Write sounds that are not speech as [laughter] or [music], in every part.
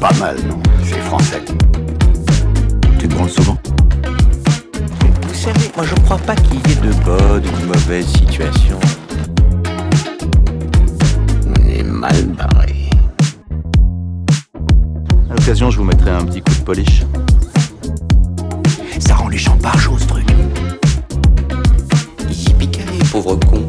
pas mal, non C'est français. Tu te branles souvent Vous savez, moi je crois pas qu'il y ait de bonnes ou de mauvaises situations. On est mal barré. À l'occasion, je vous mettrai un petit coup de polish. Ça rend les gens barjots, ce truc. Yippee-ki-yay, pauvre con.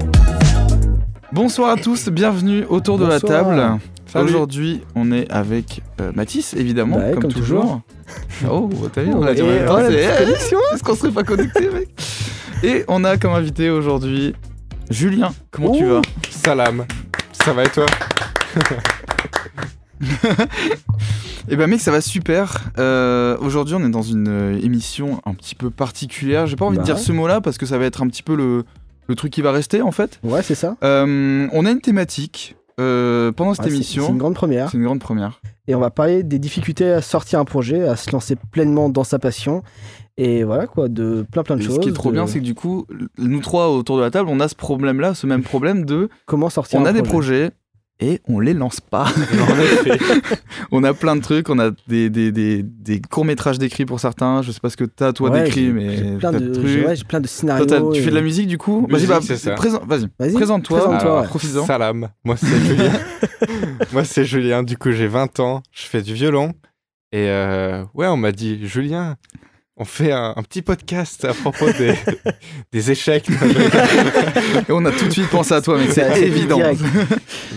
Bonsoir à tous, bienvenue autour de la Bonsoir. table. Salut. Aujourd'hui, on est avec euh, Mathis, évidemment, Bah ouais, comme, comme toujours. [laughs] Oh, t'as vu, on a dit Et on allait voilà, passer. petite Eh, Est-ce qu'on serait pas connecté, mec Et on a comme invité aujourd'hui Julien. Comment tu vas Ouh. Ah, Salam. Ça va et toi Eh ben, mec, ça va super. Euh, aujourd'hui, on est dans une euh, émission un petit peu particulière. J'ai pas envie Bah de dire ouais. ce mot-là parce que ça va être un petit peu le, le truc qui va rester, en fait. Ouais, c'est ça. Euh, on a une thématique euh, pendant cette Ouais, c'est- émission. C'est une grande première. C'est une grande première. Et on va parler des difficultés à sortir un projet, à se lancer pleinement dans sa passion. Et voilà quoi, de plein plein de Et choses. ce qui est trop de bien, c'est que du coup, l- nous trois autour de la table, on a ce problème-là, ce même problème de comment sortir on a un des projet. projets et on les lance pas. En effet. [laughs] on a plein de trucs, on a des, des, des, des courts-métrages d'écrits pour certains. Je sais pas ce que t'as, toi, Ouais, d'écrit, j'ai- mais. j'ai plein t'as de, trucs. j'ai- ouais, j'ai plein de Toi, scénarios. t'as- tu et- fais de la musique du coup Musique, Vas-y, c'est ça. présente- [laughs] vas-y, Vas-y, présente-toi, présente-toi. Alors, profites-en. Salam. Moi [laughs] c'est Julien. Moi c'est Julien. Du coup j'ai 20 ans. Je fais du violon. Et euh, ouais on m'a dit Julien. On fait un, un petit podcast à propos des, [laughs] des échecs. [laughs] Et on a tout de suite pensé à toi, mec, [laughs] c'est C'est évident. [laughs] direct.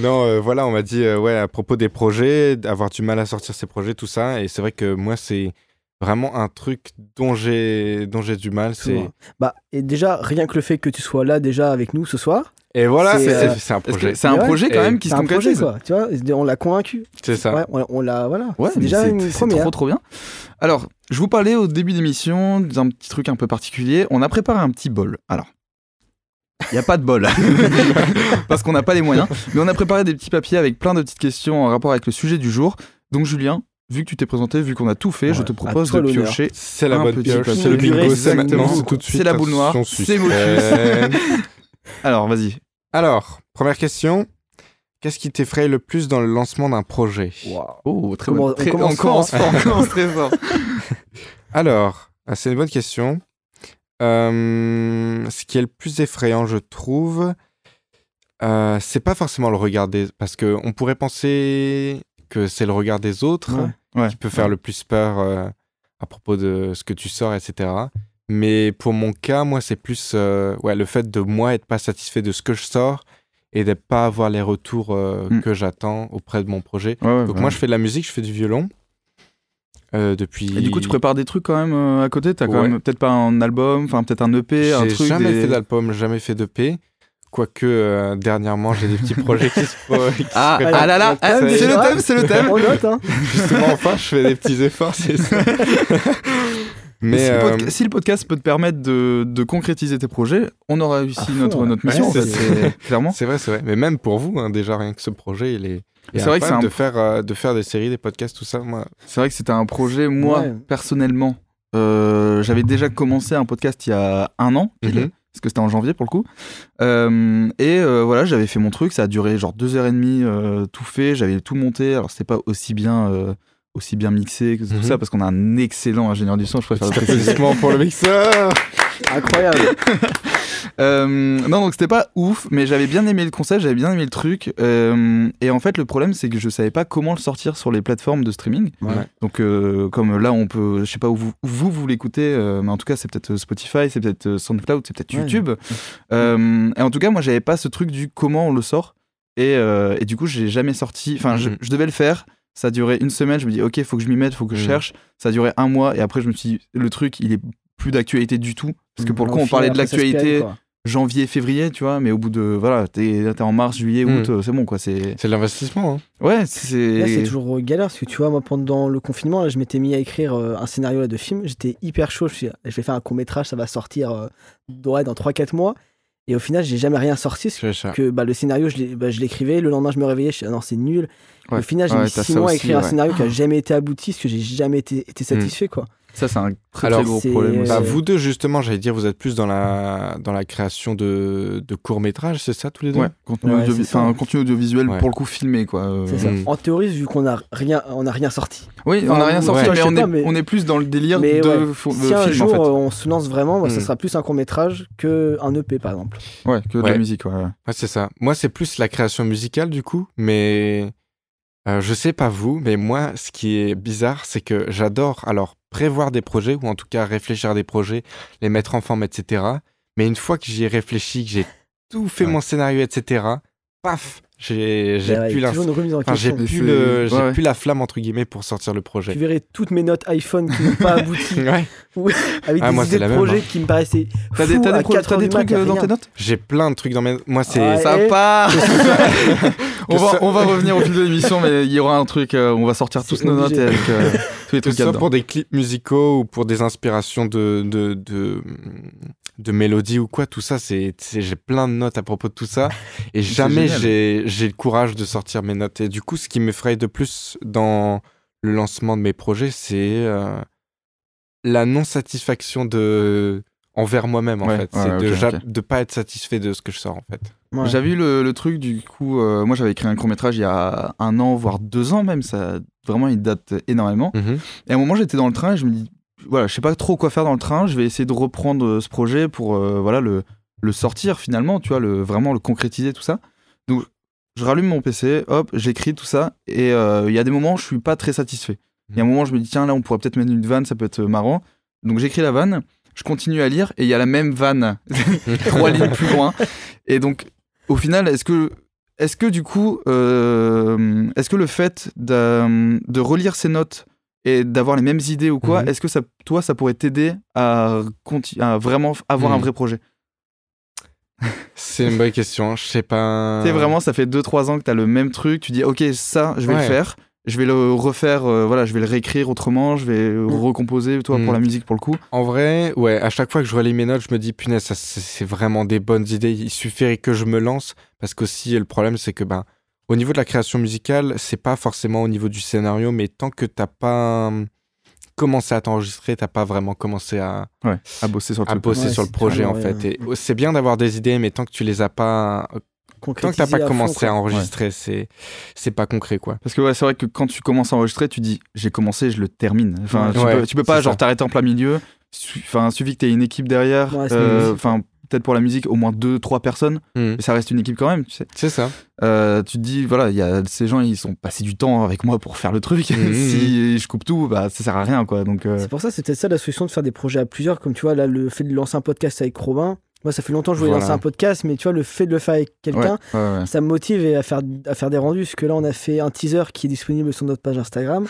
non, euh, voilà, on m'a dit euh, ouais à propos des projets, d'avoir du mal à sortir ses projets, tout ça. Et c'est vrai que moi c'est vraiment un truc dont j'ai dont j'ai du mal. C'est Souvent. Bah, et déjà, rien que le fait que tu sois là déjà avec nous ce soir, et voilà, C'est, c'est euh, c'est un Parce que projet. C'est un Ouais. projet quand Et même qui c'est se un projet concrétise. Ah. quoi. Tu vois, on l'a convaincu. C'est ça. Ouais, on, on l'a, voilà. Ouais, c'est mais déjà c'est- une c'est première. trop trop bien. Alors, je vous parlais au début d'émission d'un petit truc un peu particulier. On a préparé un petit bol. Alors, il n'y a pas de bol [laughs] parce qu'on n'a pas les moyens. Mais on a préparé des petits papiers avec plein de petites questions en rapport avec le sujet du jour. Donc, Julien, vu que tu t'es présenté, vu qu'on a tout fait, je Ouais, te à propose de toi l'honneur. piocher. C'est la Un bonne petit pioche, peu. c'est le Purée, bingo, c'est exactement. maintenant, C'est c'est tout de suite. la boule noire, attention, c'est Motus. Sucède. Alors, vas-y. [laughs] Alors, première question. Qu'est-ce qui t'effraie le plus dans le lancement d'un projet Waouh. Oh, très Comment- bon. on Très- commence on [laughs] commence fort, fort, on commence très fort. Alors, ah, c'est une bonne question. Euh, ce qui est le plus effrayant, je trouve, euh, c'est pas forcément le regard des... Parce qu'on pourrait penser que c'est le regard des autres Ouais. Ouais. qui peut faire le plus peur euh, à propos de ce que tu sors, etc. Mais pour mon cas, moi, c'est plus euh, ouais, le fait de moi être pas satisfait de ce que je sors et de pas avoir les retours euh, Mm. que j'attends auprès de mon projet. Ouais, ouais, Donc bah. moi, je fais de la musique, je fais du violon. euh, depuis... Et du coup, tu prépares des trucs quand même euh, à côté. T'as quand Ouais. même peut-être pas un album, enfin peut-être un EP, un J'ai truc. jamais des- fait d'album, jamais fait d'EP. Quoique, euh, dernièrement, j'ai des [laughs] petits projets qui se... euh, qui se Ah, préparent. ah là là, Il y a quand même c'est des le choses. thème, c'est le thème. [laughs] On note, hein. Justement, enfin, je fais des petits efforts, c'est ça. Mais si, Mais... le euh, podca- si le podcast peut te permettre de, de concrétiser tes projets, on aura réussi À fond, notre, ouais. notre mission, Ouais, en fait, c'est- c'est- [laughs] clairement. C'est vrai, c'est vrai. Mais même pour vous, hein, déjà rien que ce projet, il est. il C'est vrai que incroyable c'est un- de faire euh, de faire des séries, des podcasts, tout ça. Moi, C'est vrai que c'était un projet, moi, Ouais. personnellement, euh, j'avais déjà commencé un podcast il y a un an, pile, Mhm. parce que c'était en janvier pour le coup. Euh, et euh, voilà, j'avais fait mon truc, ça a duré genre deux heures et demie, euh, tout fait, j'avais tout monté. Alors c'était pas aussi bien, euh, aussi bien mixé que tout Mhm. ça, parce qu'on a un excellent ingénieur du son, je [laughs] préfère le préciser. applaudissements pour le mixeur. Incroyable. Euh, non, donc c'était pas ouf, mais j'avais bien aimé le concept, j'avais bien aimé le truc. euh, et en fait, le problème, c'est que je savais pas comment le sortir sur les plateformes de streaming. Ouais. Donc, euh, comme là, on peut, je sais pas où vous, où vous, vous l'écoutez, euh, mais en tout cas, c'est peut-être Spotify, c'est peut-être euh, SoundCloud, c'est peut-être Ouais. YouTube. Euh, et en tout cas, moi, j'avais pas ce truc du comment on le sort. Et, euh, et du coup, j'ai jamais sorti. Enfin, je, Mhm. je devais le faire. Ça a duré une semaine. Je me dis, ok, faut que je m'y mette, faut que je Mhm. cherche. Ça a duré un mois. Et après, je me suis dit, le truc, il est plus d'actualité du tout. Parce Mhm. que pour le coup, on parlait de l'actualité janvier, février, tu vois, mais au bout de. Voilà, t'es t'es en mars, juillet, août, Mm. euh, c'est bon, quoi. C'est. C'est de l'investissement. hein. Ouais, Hmm. Là, c'est c'est. toujours euh, galère parce que tu vois, moi pendant le confinement, là, je m'étais mis à écrire euh, un scénario là, de film. J'étais hyper chaud. Je, suis, je vais faire un court métrage, ça va sortir euh, ouais, dans 3-4 mois. Et au final, j'ai jamais rien sorti. parce Tu vois, ça. Que bah, le scénario, je l'ai- bah, je l'écrivais. le lendemain, je me réveillais. Je dis, ah non, c'est nul. Ouais. Au final, j'ai Ouais, mis t'as 6 ça mois à aussi, écrire ouais. Mm. un scénario qui a jamais été abouti parce que j'ai jamais été, été satisfait. quoi. Ça, c'est un très, Alors, très gros c'est- problème. aussi. Bah, Euh, vous deux, justement, j'allais dire, vous êtes plus dans la, dans la création de, de courts-métrages, c'est ça, tous les deux Ouais, contenu, Ouais, audiovi- c'est ça. enfin, contenu audiovisuel Ouais. pour le coup filmé quoi. Euh, C'est ça. Mm. En théorie, vu qu'on n'a rien, on a rien sorti. Oui, on n'a rien Ouais. sorti, Ouais, mais, je sais on est, pas, mais- on est plus dans le délire Mais de ouais, fo- si de un film jour en euh, on se lance vraiment, bah, ça Mm. sera plus un court métrage qu'un EP par exemple. fait. Ouais, que de la Ouais. musique. ouais, ouais. Ouais, c'est ça. Moi, c'est plus la création musicale, du coup, mais euh, je sais pas vous, mais moi, ce qui est bizarre, c'est que j'adore alors prévoir des projets, ou en tout cas réfléchir à des projets, les mettre en forme, etc. Mais une fois que j'y ai réfléchi, que j'ai tout fait Ouais. mon scénario, etc., paf, j'ai j'ai Bah, Ah. ouais, plus l'ins- toujours une remise en enfin, j'ai question. plus, c'est- le- j'ai ouais, ouais. plus la flamme, entre guillemets, pour sortir le projet. Tu verrais toutes mes notes iPhone qui n'ont [laughs] pas abouti Ouais. avec Ah, des moi, c'est idées la de même, projets hein. qui me paraissaient. T'as des, fous t'as à des, trucs- 4 t'as heures des du trucs mat, y a euh, dans rien. tes notes J'ai plein de trucs dans mes... Moi, c'est... Ouais. ça- Ça Eh. [laughs] part on, Que va, ça- on va revenir au fil de l'émission, mais il y aura un truc, euh, on va sortir tous C'est nos notes obligé. et avec euh, tous les Que trucs ce qu'il y a soit dedans. pour des clips musicaux ou pour des inspirations de, de, de, de mélodies ou quoi, tout ça, c'est, c'est- j'ai plein de notes à propos de [laughs] tout ça. Et jamais génial. j'ai, j'ai le courage de sortir mes notes. Et du coup, ce qui m'effraie de plus dans le lancement de mes projets, c'est euh, la non-satisfaction de... envers moi-même, en Ouais, fait. ouais, c'est de ok, ja- ok. de pas être satisfait de ce que je sors, en fait. Ouais. J'avais eu le, le truc du coup, euh, moi j'avais écrit un court métrage il y a un an, voire deux ans même, ça vraiment il date énormément. Et à un moment, j'étais dans le train et je me dis, voilà, je sais pas trop quoi faire dans le train, je vais essayer de reprendre euh, ce projet pour euh, voilà le, le sortir finalement, tu vois, le, vraiment le concrétiser, tout ça. Donc, je rallume mon PC, hop, j'écris tout ça, et euh, il y a des moments où je suis pas très satisfait. Il Mhm. y a un moment, je me dis, tiens, là, on pourrait peut-être mettre une vanne, ça peut être euh, marrant. Donc, j'écris la vanne, je continue à lire, et il y a la même vanne, [laughs] trois lignes plus loin. Et donc, au final, est-ce que. Est-ce que du coup, euh, est-ce que le fait d'a- de relire ces notes et d'avoir les mêmes idées ou quoi, Mhm. est-ce que ça, toi, ça pourrait t'aider à, conti- à vraiment f- avoir un Mhm. vrai projet C'est une bonne question. Je sais pas. Tu sais, vraiment, ça fait 2-3 ans que tu as le même truc, tu dis, ok, ça, je vais Ouais. le faire, je vais le refaire, euh, voilà, je vais le réécrire autrement, je vais euh, recomposer, toi, Mhm. pour la musique, pour le coup. En vrai, ouais, à chaque fois que je relis mes notes, je me dis, punaise, ça, c'est c'est vraiment des bonnes idées. Il suffirait que je me lance. Parce qu'aussi, le problème, c'est que, ben, au niveau de la création musicale, c'est pas forcément au niveau du scénario, mais tant que t'as pas hum, commencé à t'enregistrer, t'as pas vraiment commencé à, À bosser sur le à truc. bosser Ouais, sur le c'est projet, toujours en rien. fait. Et oh, c'est bien d'avoir des idées, mais tant que tu les as pas, tant que t'as Concrétiser pas à fond, commencé hein. quoi. à enregistrer, c'est, c'est pas concret, quoi. Parce que ouais, c'est vrai que quand tu commences à enregistrer, tu dis j'ai commencé, je le termine. Enfin, tu, Ouais, peux, tu peux pas c'est genre ça. t'arrêter en plein milieu. Su- Enfin, suffit que t'aies une équipe derrière. Ouais, c'est euh, possible. Enfin, peut-être pour la musique, au moins deux, trois personnes. Hmm. Mais ça reste une équipe quand même, tu sais. C'est ça. Euh, tu te dis voilà, il y a ces gens, ils sont passés du temps avec moi pour faire le truc. [laughs] Mhm. si je coupe tout, bah ça sert à rien quoi. Donc euh, C'est pour ça, c'était ça la solution de faire des projets à plusieurs. Comme tu vois, là, le fait de lancer un podcast avec Robin, moi, ça fait longtemps que je voulais Voilà. lancer un podcast, mais tu vois, le fait de le faire avec quelqu'un, ouais, ouais, ouais. ça me motive et à faire, à faire des rendus. Parce que là, on a fait un teaser qui est disponible sur notre page Instagram.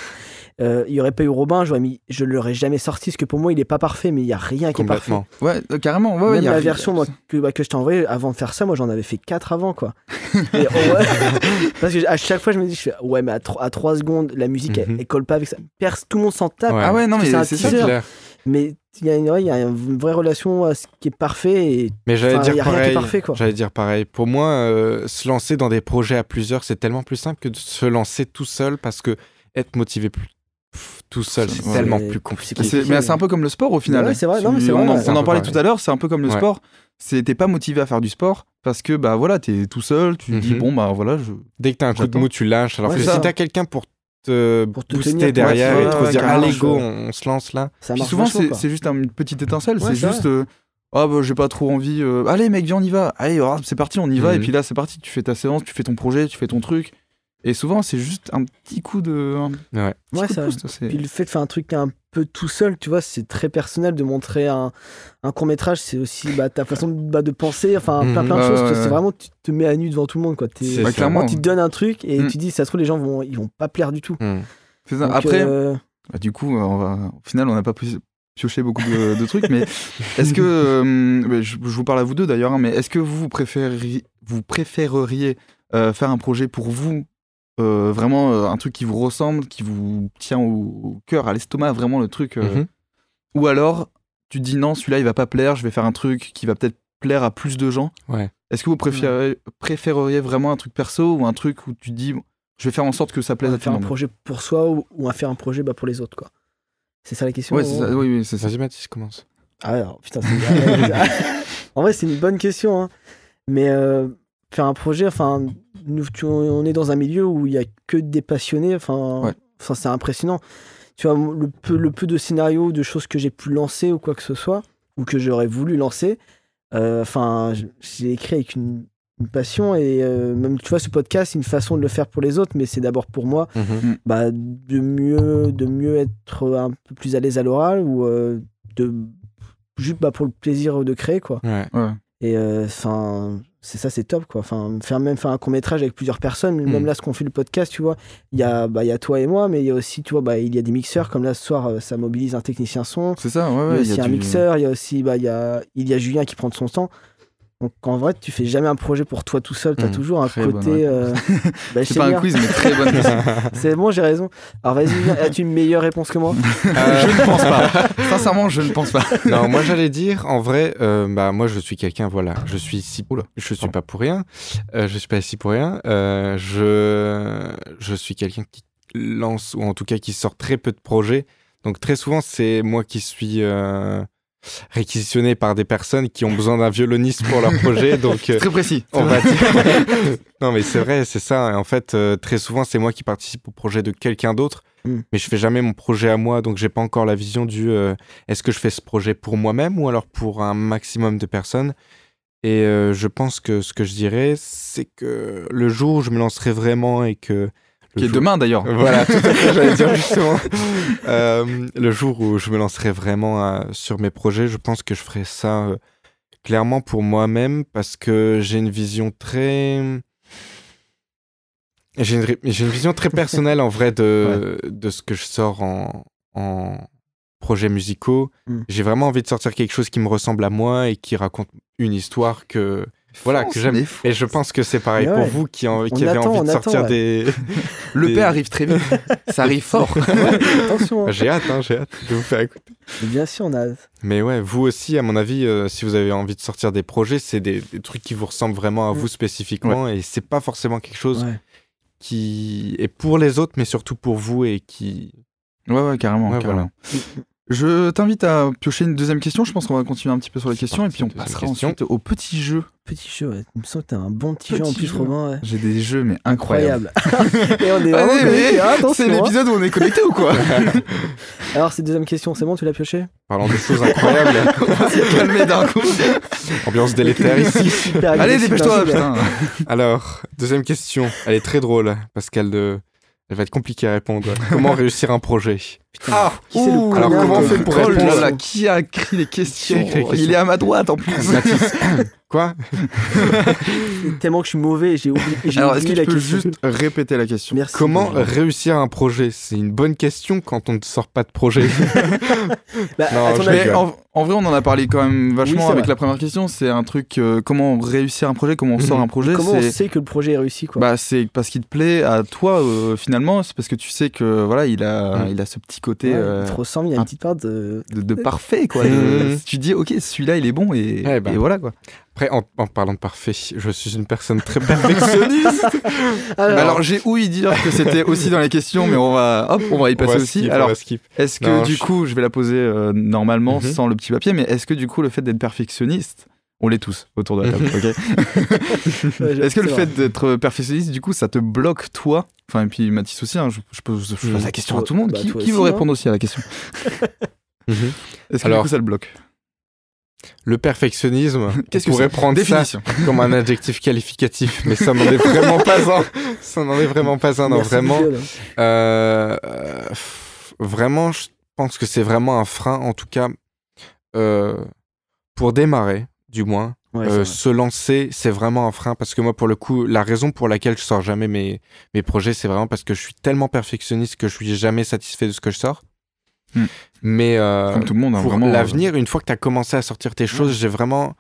Euh, Il y n'y aurait pas eu Robin, j'aurais mis, je ne l'aurais jamais sorti, parce que pour moi, il n'est pas parfait, mais il n'y a rien qui est parfait. Complètement. Ouais, euh, carrément. Ouais, ouais, Même y a- la version moi, que, bah, que je t'ai envoyée, avant de faire ça, moi j'en avais fait 4 [laughs] avant quoi. Et, oh, ouais. Parce que à chaque fois je me dis, je fais, ouais, mais à 3, secondes, la musique elle, Mhm. elle colle pas avec ça. Perce, tout le monde s'en tape, Ouais. Ah ouais, non Parce mais que c'est c'est un C'est ça. teaser. clair. mais il y, a une ouais, il y a une vraie relation à ce qui est parfait et Mais j'allais Enfin, y dire a rien qui est pareil. parfait, quoi. J'allais dire pareil. Pour moi, euh, se lancer dans des projets à plusieurs, c'est tellement plus simple que de se lancer tout seul parce que être motivé plus- pff, tout seul, c'est Ouais. tellement C'est- plus Mais compliqué. c'est c'est- compliqué, Mais c'est un peu comme le sport au final. Ouais, c'est vrai, Tu- non, mais c'est on, vrai, en- ouais. on en parlait C'est un peu tout à l'heure, c'est un peu comme le Ouais. sport. C'est- T'es pas motivé à faire du sport parce que bah voilà, t'es tout seul, tu te dis Mhm. bon bah voilà, je. Dès que t'as un coup de J'attends. mou, tu lâches. Alors Ouais, que c'est si ça. t'as quelqu'un pour te Pour te booster tenir, ouais, derrière ouais, et te ouais, dire carrément, allez je- go, on, on se lance là. ça Puis marche souvent vachement, c'est quoi. c'est juste un- une petite étincelle, c'est Ouais, c'est juste euh, ah bah j'ai pas trop envie, euh, allez mec viens on y va, allez oh, c'est parti on y va Mhm. et puis là c'est parti, tu fais ta séance, tu fais ton projet, tu fais ton truc. Et souvent c'est juste un petit coup de. un petit Ouais. Ouais, coup de c'est vrai. pouce, ça, c'est- Puis le fait de faire un truc un peu tout seul, tu vois, c'est très personnel de montrer un, un court métrage. C'est aussi bah, ta façon de, bah, de penser, enfin plein plein Mhm. de choses. parce que Ouais, C'est ouais. vraiment tu te mets à nu devant tout le monde, quoi. T'es- C'est Bah, ça. clairement, vraiment, tu te donnes un truc et Mm. tu dis, ça se trouve les gens vont, ils vont pas plaire du tout. Hmm. c'est ça. Donc, Après, euh, Bah, du coup, euh, on va... au final, on n'a pas pu piocher beaucoup de, de trucs, [laughs] mais est-ce que, euh, mais je, je vous parle à vous deux d'ailleurs, hein, mais est-ce que vous préféreriez, vous préféreriez euh, faire un projet pour vous, euh, vraiment euh, un truc qui vous ressemble, qui vous tient au, au cœur, à l'estomac, vraiment le truc, euh, Mhm. ou alors tu dis non, celui-là il va pas plaire, je vais faire un truc qui va peut-être plaire à plus de gens. Ouais. Est-ce que vous préférez- préféreriez vraiment un truc perso ou un truc où tu dis je vais faire en sorte que ça plaise on à va tout faire le un monde projet pour soi ou, ou on va faire un projet bah, pour les autres, quoi. C'est ça la question Ouais, en c'est gros ça. Oui, oui, c'est ça. Vas-y, Mathis, commence. Ah ouais, alors, putain, c'est... en vrai, c'est une bonne question. hein. Mais euh, faire un projet, enfin, nous, tu- on est dans un milieu où il n'y a que des passionnés. Enfin, Ouais. enfin, c'est impressionnant. Tu vois, le peu, le peu de scénarios, de choses que j'ai pu lancer ou quoi que ce soit, ou que j'aurais voulu lancer, euh, enfin, j- j'ai écrit avec une, une passion et euh, même, tu vois, ce podcast, c'est une façon de le faire pour les autres, mais c'est d'abord pour moi bah, de mieux de mieux être un peu plus à l'aise à l'oral ou euh, de juste bah, pour le plaisir de créer quoi Ouais. Ouais. et euh, enfin c'est ça c'est top quoi enfin faire même faire un court métrage avec plusieurs personnes même Hmm. Mm. là ce qu'on fait le podcast tu vois il y a bah il y a toi et moi mais il y a aussi tu vois bah il y a des mixeurs comme là ce soir euh, ça mobilise un technicien son C'est ça, ouais, Ah ouais. il y a aussi un du- mixeur il y a aussi bah il y a il y a Julien qui prend de son temps donc en vrai tu fais jamais un projet pour toi tout seul t'as Mm. toujours un Hmm. Très bonne [laughs] côté euh, bah, je C'est sais pas un bien. quiz, mais très [laughs] bonne question. C'est bon, j'ai raison. Alors vas-y, [laughs] viens, as-tu une meilleure réponse que moi Euh, Je ne pense pas. Sincèrement, je ne pense [laughs] pas. non, moi j'allais dire, en vrai, euh, bah moi je suis quelqu'un, voilà, je suis ici, Oula. je suis Pardon. pas pour rien, euh, je suis pas ici pour rien, euh, je je suis quelqu'un qui lance ou en tout cas qui sort très peu de projets, donc très souvent c'est moi qui suis euh, réquisitionné par des personnes qui ont besoin d'un violoniste pour leur [laughs] projet, donc euh, Très précis. on va dire. [laughs] non, mais c'est vrai, c'est ça. Et En fait, euh, très souvent, c'est moi qui participe au projet de quelqu'un d'autre, Mm. mais je fais jamais mon projet à moi, donc j'ai pas encore la vision du euh, est-ce que je fais ce projet pour moi-même ou alors pour un maximum de personnes. Et euh, je pense que ce que je dirais, c'est que le jour où je me lancerai vraiment et que [laughs] le Qui est jour- demain d'ailleurs. voilà, tout à fait, j'allais [laughs] dire justement. Euh, le jour où je me lancerai vraiment euh, sur mes projets, je pense que je ferai ça euh, clairement pour moi-même parce que j'ai une vision très. J'ai une, ré- j'ai une vision très personnelle en vrai [laughs] de, de ce que je sors en, en projets musicaux. Mm. J'ai vraiment envie de sortir quelque chose qui me ressemble à moi et qui raconte une histoire que. Voilà, que France, j'aime. on est fou. Et je pense que c'est pareil Mais pour ouais. vous qui, en- qui On avez attend, envie de on attend, sortir ouais. des. Le des- P arrive très vite. Ça [laughs] arrive fort. Attention. hein. J'ai hâte, hein, j'ai hâte de vous faire écouter. Mais Bien sûr, on a. Mais ouais, vous aussi, à mon avis, euh, si vous avez envie de sortir des projets, c'est des, des trucs qui vous ressemblent vraiment à Mm. vous spécifiquement et c'est pas forcément quelque chose Ouais. qui est pour les autres, mais surtout pour vous et qui. Ouais, ouais, carrément. Ouais, carrément. Je t'invite à piocher une deuxième question. Je pense qu'on va continuer un petit peu sur les C'est questions et parti, puis on deuxième passera question. ensuite au petit jeu. Petit jeu, ouais. il me semble que t'as un bon petit, jeu en Petit plus, jeu. Robin. ouais. J'ai des jeux, mais incroyables. Incroyable. [laughs] Et on est vraiment Allez, connectés, mais hein, attention, C'est hein. l'épisode où on est connecté ou [laughs] quoi Alors, c'est deuxième question, c'est bon, tu l'as pioché Parlant de choses [laughs] incroyables, On va se calmer d'un coup. ambiance délétère ici. Super Allez, agressif, hein, dépêche-toi, super. putain. Alors, deuxième question. Elle est très drôle, Pascal. De... Elle va être compliquée à répondre. [laughs] Comment réussir un projet Ah Qui c'est le Ouh, connard Alors, comment on fait de- pour Oh là répondre là, Qui a écrit les questions Qui a écrit les questions Il est à ma droite en plus. Mathis. Quoi Tellement que je suis mauvais, j'ai oublié, j'ai [laughs] Alors, est-ce que oublié tu la peux [laughs] question. juste répéter la question Merci. Comment réussir un projet C'est une bonne question quand on ne sort pas de [laughs] projet. Bah, Non, à ton je avis- Mais en, en vrai, on en a parlé quand même Oui, vachement c'est avec vrai. la première question. C'est un truc euh, comment réussir un projet, comment on sort Mhm. un projet. Comment c'est- on sait que le projet est réussi quoi Bah, c'est parce qu'il te plaît à toi euh, finalement, c'est parce que tu sais que voilà, il a, Mm. il a ce petit Ouais, côté Il euh, te ressemble, il y a un- une petite part de. de, de parfait quoi. de- Mm. tu dis ok, celui-là il est bon et, Eh ben. et voilà quoi. Après, en, en parlant de parfait, je suis une personne très perfectionniste. Bah, Alors, Alors, j'ai ouï dire que c'était aussi dans les questions, mais on va hop, on va y On passer va aussi. skip, on Alors va skip. est-ce que Non, du je- coup, je vais la poser euh, normalement Mhm. sans le petit papier, mais est-ce que du coup le fait d'être perfectionniste, on l'est tous autour de la table, ok Mhm. [laughs] ouais, je- Est-ce que le c'est fait vrai. d'être perfectionniste, du coup, ça te bloque toi Enfin, et puis Mathis aussi, hein, je, je pose, je pose la question à tout le monde. Bah, qui toi qui veut aussi, hein. répondre aussi à la question Mhm. Est-ce que Alors- du coup ça le bloque Le perfectionnisme, [laughs] Qu'est-ce on que pourrait c'est prendre Définition. ça [laughs] comme un adjectif qualificatif, mais ça n'en est vraiment pas un. [laughs] Ça n'en est vraiment pas un, non, Merci, vraiment. Michel. Euh, euh, pff, vraiment, je pense que c'est vraiment un frein, en tout cas, euh, pour démarrer, du moins. Ouais, Euh, c'est vrai. se lancer, c'est vraiment un frein parce que moi, pour le coup, la raison pour laquelle je sors jamais mes, mes projets, c'est vraiment parce que je suis tellement perfectionniste que je suis jamais satisfait de ce que je sors. Hmm. Mais euh, Comme tout le monde, hein, pour vraiment. l'avenir, une fois que tu as commencé à sortir tes choses, j'ai vraiment.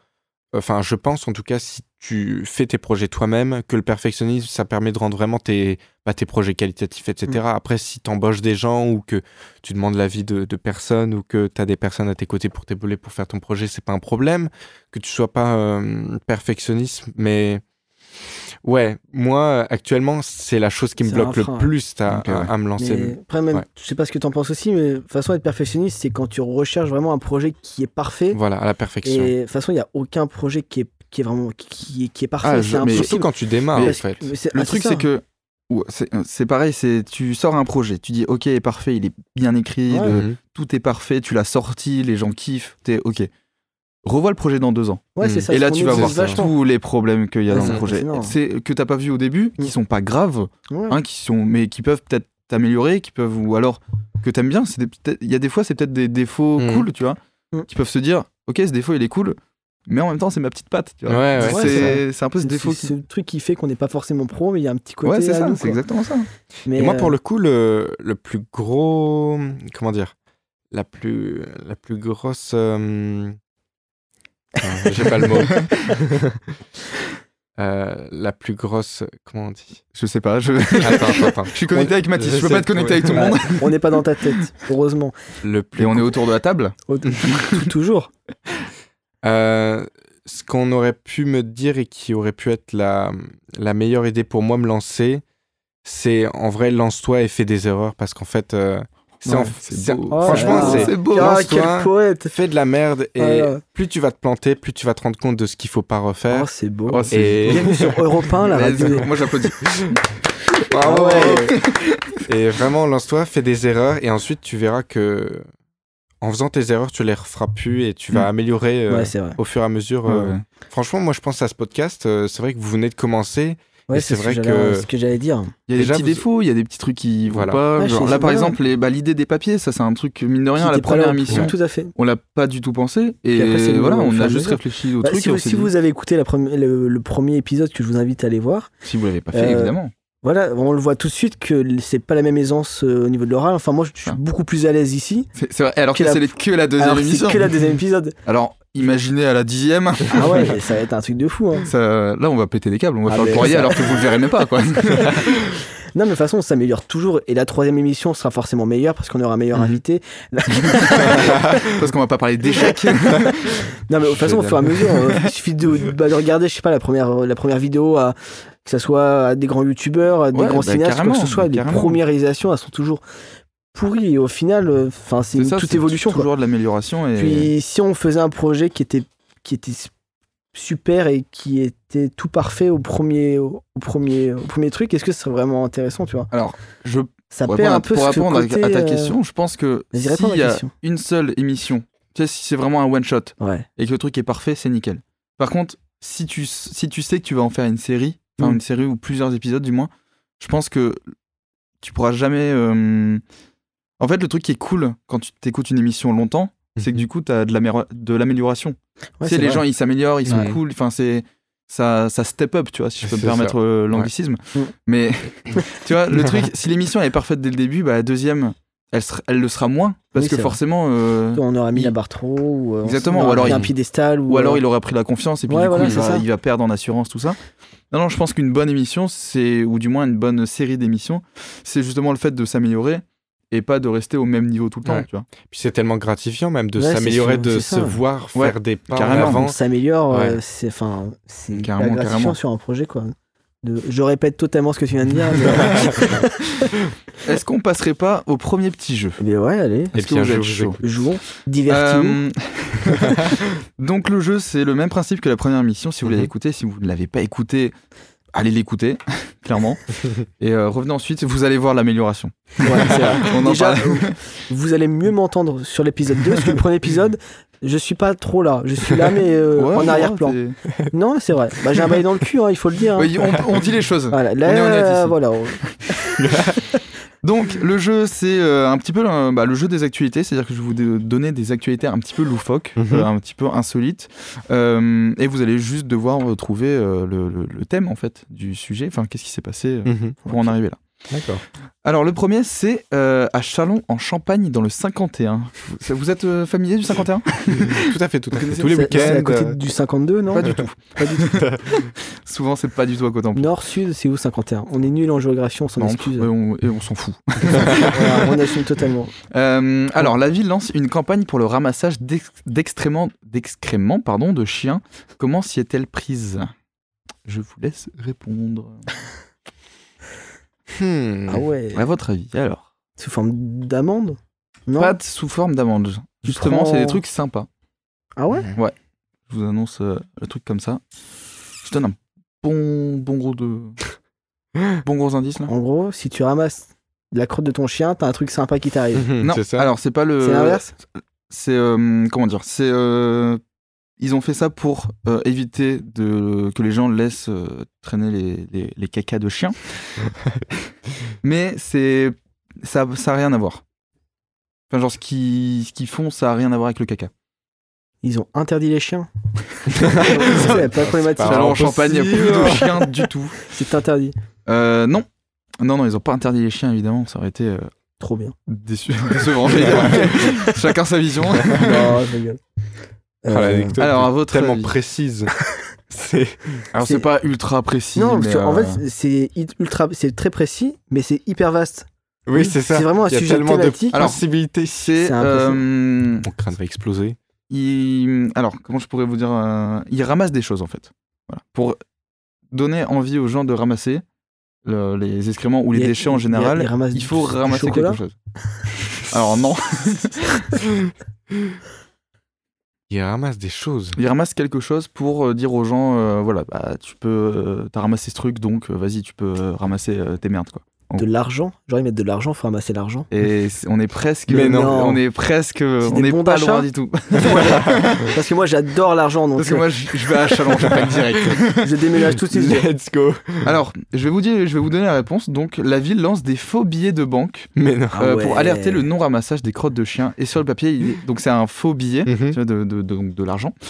Enfin, je pense en tout cas, si tu fais tes projets toi-même, que le perfectionnisme, ça permet de rendre vraiment tes, bah, tes projets qualitatifs, etc. Après, si tu embauches des gens ou que tu demandes l'avis de, de personnes ou que tu as des personnes à tes côtés pour t'épauler pour faire ton projet, c'est pas un problème. Que tu sois pas euh, perfectionniste, mais. Ouais, moi, actuellement, c'est la chose qui me C'est un bloque le frein, ouais. plus à, Ok, ouais. à- à me lancer. Mais après, même, ouais. je sais pas ce que t'en penses aussi, mais de toute façon, être perfectionniste, c'est quand tu recherches vraiment un projet qui est parfait. Voilà, à la perfection. Et de toute façon, il n'y a aucun projet qui est, qui est vraiment qui, est- qui est parfait. Ah, c'est je- impossible. surtout quand tu démarres, en Parce fait. que- mais c'est- Le ah, truc, ça. c'est que ouais, c'est- euh, c'est pareil, c'est tu sors un projet, tu dis ok, il est parfait, il est bien écrit, Ouais. le- Mhm. tout est parfait, tu l'as sorti, les gens kiffent, t'es ok. Revois le projet dans deux ans. Ouais, c'est ça, et ce là, qu'on tu vas utilise voir vachement. tous les problèmes qu'il y a Ouais, dans c'est le projet. impressionnant. C'est que t'as pas vu au début, Mm. qui sont pas graves, Ouais. hein, qui sont, mais qui peuvent peut-être t'améliorer, qui peuvent ou alors que t'aimes bien. C'est des- peut-être- il y a des fois, c'est peut-être des défauts Mm. cool, tu vois, Mm. qui peuvent se dire, ok, ce défaut il est cool, mais en même temps, c'est ma petite patte. Tu vois. Ouais, ouais, C'est- c'est c'est c'est un peu ce C'est- défaut. C'est Qui... c'est le truc qui fait qu'on n'est pas forcément pro, mais il y a un petit côté. Ouais, c'est à ça, nous, c'est quoi. exactement ça. Mais Et moi, pour euh, le coup, le, le plus gros. Comment dire La plus, la plus grosse. euh, euh, J'ai pas le [laughs] mot. Euh, la plus grosse. Comment on dit Je sais pas, [laughs] je, [laughs] Attends, attends, attends. je suis connecté avec Mathis, je peux sais pas te connecter [laughs] trouver. avec tout le monde. ouais, euh, bah, on n'est pas dans ta tête, heureusement. Le plus Et on est autour de la table. Au- Toujours. Euh, ce qu'on aurait pu me dire et qui aurait pu être la, la meilleure idée pour moi me lancer, c'est en vrai lance-toi et fais des erreurs parce qu'en fait, euh, c'est Ouais, en- [laughs] c'est c'est- beau. Oh franchement, là là. c'est c'est beau. hein. Ah, lance-toi, quel poète fais de la merde et Voilà. plus tu vas te planter, plus tu vas te rendre compte de ce qu'il faut pas refaire. Oh, c'est beau. Oh, c'est- et [laughs] Bienvenue sur Europe 1, [laughs] la Mais radio. c'est- Moi j'applaudis. Oh. Bravo. ouais. Ah Et vraiment lance-toi, fais des erreurs et ensuite tu verras que en faisant tes erreurs, tu les referas plus et tu vas Mm. améliorer euh, Ouais, c'est vrai. au fur et à mesure. Ouais, euh. ouais. Franchement, moi je pense à ce podcast. euh, c'est vrai que vous venez de commencer. Ouais, Et c'est c'est ce vrai que j'allais- que- ce que j'allais dire. Il y a Déjà, des petits vous- défauts, il y a des petits trucs qui vont Voilà. pas. Ouais, genre, c'est- là par voilà. exemple, les- bah, l'idée des papiers, ça c'est un truc, mine de rien, Qui à la était pas là première au- mission, Tout à fait. on l'a pas du tout pensé. Et, Puis après, c'est le- voilà, au on fur et a à juste mesure. réfléchi au Bah, truc. si et on vous, s'est si dit, vous avez écouté la premi- le, le premier épisode que je vous invite à aller voir, si vous l'avez pas fait, Euh, évidemment. voilà, on le voit tout de suite que l- c'est pas la même aisance euh, au niveau de l'oral. Enfin, moi, je suis Ah. beaucoup plus à l'aise ici. C'est c'est vrai. Alors que que la- c'est les- que la deuxième alors que émission. c'est que la [laughs] deuxième épisode. Alors imaginez à la dixième. [laughs] Ah ouais, ça va être un truc de fou. hein. ça- Là, on va péter les câbles, on va Ah, faire le mais- poirier alors que vous le verrez même pas, [laughs] quoi. Non, mais de toute façon, on s'améliore toujours. Et la troisième émission sera forcément meilleure parce qu'on aura un meilleur Mhm. invité. Parce qu'on va pas parler d'échecs. Non, mais de toute façon, au fur et à mesure, euh, il suffit de, bah, de regarder, je sais pas, la première, euh, la première vidéo, à, que ça soit à des grands youtubeurs, à des Ouais, grands bah, cinéastes, quoi que carrément, ce soit, les carrément. premières réalisations, elles sont toujours pourries. Et au final, euh, enfin, c'est C'est une ça, toute c'est évolution. quoi. Toujours de l'amélioration. et- Puis si on faisait un projet qui était, qui était s- super et qui était tout parfait au premier, au, au premier, au premier truc, est-ce que ce serait vraiment intéressant, tu vois Alors, je Ça Pour perd répondre, un peu pour ce répondre à- côté, à ta euh, question, je pense que vas-y, s'il réponds à la y a question. une seule émission, tu sais, si c'est vraiment un one shot Ouais. et que le truc est parfait, c'est nickel. Par contre, si tu, s- si tu sais que tu vas en faire une série, enfin Mm. une série ou plusieurs épisodes du moins, je pense que tu pourras jamais. euh, En fait, le truc qui est cool quand tu t'écoutes une émission longtemps, c'est que du coup, tu as de l'améro- de l'amélioration. Mhm. Ouais, tu sais, c'est les vrai. gens, ils s'améliorent, ils sont Ouais. cool, enfin, c'est. Ça, ça step up, tu vois, si je peux me C'est ça. permettre euh, l'anglicisme. Mm. Mais [laughs] tu vois, le truc, si l'émission elle est parfaite dès le début, bah, la deuxième, elle, sera- elle le sera moins. Parce que Oui, c'est vrai. forcément. euh, on aura mis il- la barre trop haut, ou euh, on Exactement, ou s'en aura alors pris il- un piédestal ou, ou alors euh, il aura pris la confiance et puis Ouais, du coup voilà, il, c'est ça. va, il va perdre en assurance tout ça. Non, non, je pense qu'une bonne émission, c'est ou du moins une bonne série d'émissions, c'est justement le fait de s'améliorer et pas de rester au même niveau tout le temps. Ouais. Tu vois. Puis c'est tellement gratifiant même de Ouais, c'est s'améliorer, sûr, de c'est se ça. voir Ouais, faire des pas carrément. en avant. on s'améliore, Ouais. euh, c'est enfin c'est hyper Carrément, gratifiant carrément. sur un projet quoi. De- je répète totalement ce que tu viens de dire. [laughs] mais, Est-ce qu'on passerait pas au premier petit jeu mais ouais, allez, Et Est-ce que puis un vous jeu, êtes je vous chaud jouons, divertis-nous. Euh, Donc le jeu, c'est le même principe que la première émission. Si vous l'avez Mhm. écouté, si vous ne l'avez pas écouté, allez l'écouter, [laughs] clairement. Et euh, revenez ensuite, vous allez voir l'amélioration. Ouais, c'est [laughs] vrai. On en Déjà, parle. vous allez mieux m'entendre sur l'épisode 2, parce que le premier épisode, je suis pas trop là. Je suis là, mais euh, Ouais, en ouais, arrière-plan. c'est- Non, mais c'est vrai. Bah, J'ai un bail dans le cul, hein, il faut le dire. hein. Ouais, on, on dit les choses. Voilà, là, on est honnête ici. voilà. on- Donc le jeu c'est euh, un petit peu euh, bah, le jeu des actualités, c'est-à-dire que je vais vous dé- donner des actualités un petit peu loufoques, Mhm. euh, un petit peu insolites, euh, et vous allez juste devoir euh, trouver euh, le, le- le thème en fait du sujet, enfin qu'est-ce qui s'est passé euh, Mhm. pour en arriver là. D'accord. Alors le premier c'est euh, à Chalon en Champagne dans le 51. Vous- Vous êtes euh, familier du [laughs] 51 [laughs] tout à fait, tout à fait. Tous les c'est- C'est à week-ends. côté euh, du 52, non Pas du tout. Souvent c'est pas du tout à côté en plus. Nord-Sud, c'est où 51 On est nul en géographie, on s'en Non, excuse. et on- et on s'en fout. Voilà, on assume totalement. Euh, alors, la ville lance une campagne pour le ramassage d'ex- d'excréments d'excréments, pardon, de chiens. Comment s'y est-elle prise Je vous laisse répondre. Hmm. Ah ouais. À votre avis, alors Sous forme d'amende Non. Pâtes sous forme d'amande. Tu Justement, prends- c'est des trucs sympas. Ah ouais Je vous annonce euh, le truc comme ça. Je donne un bon, bon gros [laughs] de. bon gros indice là. En gros, si tu ramasses de la crotte de ton chien, t'as un truc sympa qui t'arrive. Mhm, Non, [laughs] c'est ça. alors c'est pas le. C'est l'inverse C'est. euh, comment dire C'est. euh, ils ont fait ça pour euh, éviter de, que les gens laissent euh, traîner les, les, les cacas de [laughs] chiens. Mais c'est. Ça n'a rien à voir. Enfin, genre, ce qu'ils ce qu'ils font, ça n'a rien à voir avec le caca. Ils ont interdit [laughs] les chiens. c'est pas problématique. pas- Alors, en impossible. Champagne, il n'y a plus de chiens du tout. C'est interdit. Euh, non. Non, non, ils n'ont pas interdit les chiens, évidemment. Ça aurait été [laughs] euh, [laughs] Trop bien. déçu. décevant. je vais dire. Chacun sa [laughs] vision. non, je rigole. Ah, Euh, l'anecdote alors, à est votre tellement avis. précise. c'est Alors, c'est C'est- pas ultra précis. non, parce mais, que, en euh, fait, c'est hi- ultra, c'est très précis, mais c'est hyper vaste. oui, c'est ça. C'est vraiment un Il y a sujet tellement thématique. de Alors- possibilités. C'est. C'est impossible. euh, Mon crâne va exploser. il- Alors, comment je pourrais vous dire euh, Il ramasse des choses, en fait. Voilà. Pour donner envie aux gens de ramasser le- les excréments ou les Il y a- déchets en il y a- général, il ramasse il faut du- du ramasser chocolat. quelque [laughs] chose. Alors, non, Il ramasse des choses. il ramasse quelque chose pour euh, dire aux gens euh, voilà, bah, tu peux. euh, T'as ramassé ce truc, donc euh, vas-y, tu peux euh, ramasser euh, tes merdes, quoi. De l'argent. Genre, ils mettent de l'argent, faut ramasser l'argent. [laughs] Et c'est- on est presque. euh, Mais non. On est presque. des On n'est bons pas d'achat loin du tout. Euh, Parce que moi, j'adore l'argent, donc euh, Parce que moi, je je vais à Challenge direct. je déménage tout [laughs] de suite. Let's go. Alors, je vais vous dire, je vais vous donner la réponse. Donc, la ville lance des faux billets de banque Mais non. Ah euh, ouais. pour alerter le non-ramassage des crottes de chiens. Et sur le papier, il est- donc c'est un faux billet. tu vois, De, de, de, donc de l'argent. Ah,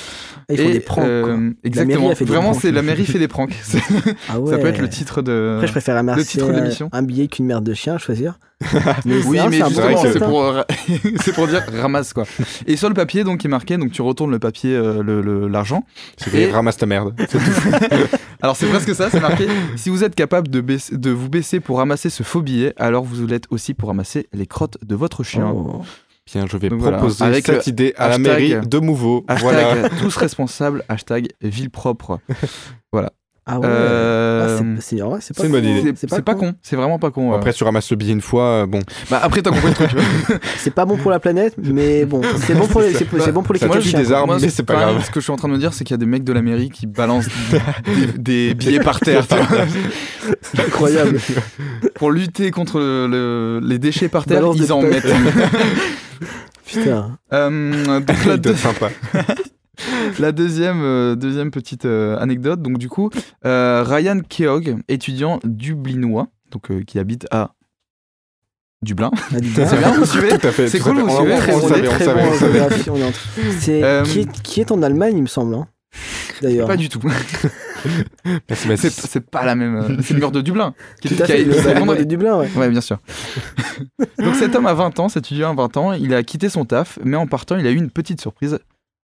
Ils font Et, des pranks. euh, quoi. exactement. mairie a fait des Vraiment, pranks. c'est la mairie fait des pranks. [laughs] C'est- Ah ouais. Ça peut être le titre de. Après, je préfère ramasser titre de un- l'émission. un billet qu'une merde de chien à choisir. Mais oui, ça, mais c'est justement, un bon que- c'est concept, hein. pour, euh, [laughs] ra- c'est pour dire ramasse quoi. Et sur le papier, donc, il est marqué, donc tu retournes le papier, euh, le- le- l'argent. [laughs] C'est Et- qu'il ramasse ta merde. C'est tout. Alors c'est presque ça, c'est [laughs] marqué. si vous êtes capable de, baisser- de vous baisser pour ramasser ce faux billet, alors vous l'êtes aussi pour ramasser les crottes de votre chien. Oh. Bien, je vais Donc voilà. proposer Avec cette le idée hashtag- à la mairie de nouveau. Hashtag Ah, Voilà. tous responsables, hashtag ville propre. Ah ouais. Ah, Euh, c'est- c'est en vrai, c'est pas c'est une bonne con, idée. hein. c'est c'est pas, con, c'est vraiment pas con. [laughs] ouais. Après, tu ramasses le billet une fois, euh, bon. bah, après t'as compris le truc. [laughs] C'est pas bon pour la planète, mais bon, c'est bon pour les, c'est, c'est bon pour les Ça quelques tue chiens, des quoi. arbres. Moi, mais c'est pas quand même, grave. Ce que je suis en train de me dire, c'est qu'il y a des mecs de la mairie qui [laughs] balancent des, des billets par terre tu vois. [laughs] C'est incroyable. pour lutter contre le- le- les déchets par terre. Balance ils des en pelles. [laughs] mettent. Putain. Euh, donc la, Anecdote sympa. La deuxième, euh, deuxième petite euh, anecdote, donc du coup, euh, Ryan Keogh, étudiant dublinois, donc euh, qui habite à Dublin. Ah, dis [laughs] donc. C'est bien, vous suivez Tout à fait. C'est tout cool, à fait. vous On- suivez on- Très On bon, le savait, on le très savait, bon on [laughs] le en savait. géographie, on est entre- C'est Euh, qui, est, qui est en Allemagne, il me semble. hein, D'ailleurs. Pas du tout. Merci, Mathis. C'est, c'est pas la même. euh, c'est le mur de [laughs] Dublin. qui Tout est- à qui a- fait. qui s'est Le Allemand effondré. de Dublin, ouais. Ouais, bien sûr. [laughs] donc cet homme a 20 ans, cet étudiant a 20 ans, il a quitté son taf, mais en partant, il a eu une petite surprise.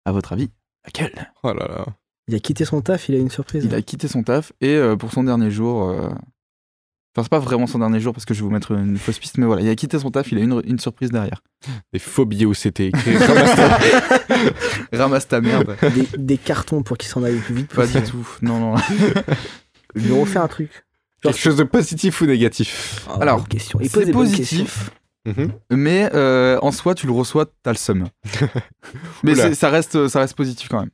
À votre avis, laquelle Oh là là. Il a quitté son taf, il a une surprise. Il a quitté son taf et euh, pour son dernier jour. euh, Enfin, c'est pas vraiment son dernier jour parce que je vais vous mettre une fausse piste, mais voilà, il a quitté son taf, il a eu une, une surprise derrière. Des faux billets où c'était écrit. Ramasse ta- Ramasse ta merde. [laughs] Des, des cartons pour qu'il s'en aille le plus vite. Pas du tout. Non, non. Ils lui ont fait un truc. Quelque chose de positif ou négatif. Ah, Alors, bonne question. Il pose C'est des bonnes questions. positif, Mhm. mais euh, en soi, tu le reçois, t'as le [laughs] seum. mais Oula. c'est- ça reste, ça reste positif quand même.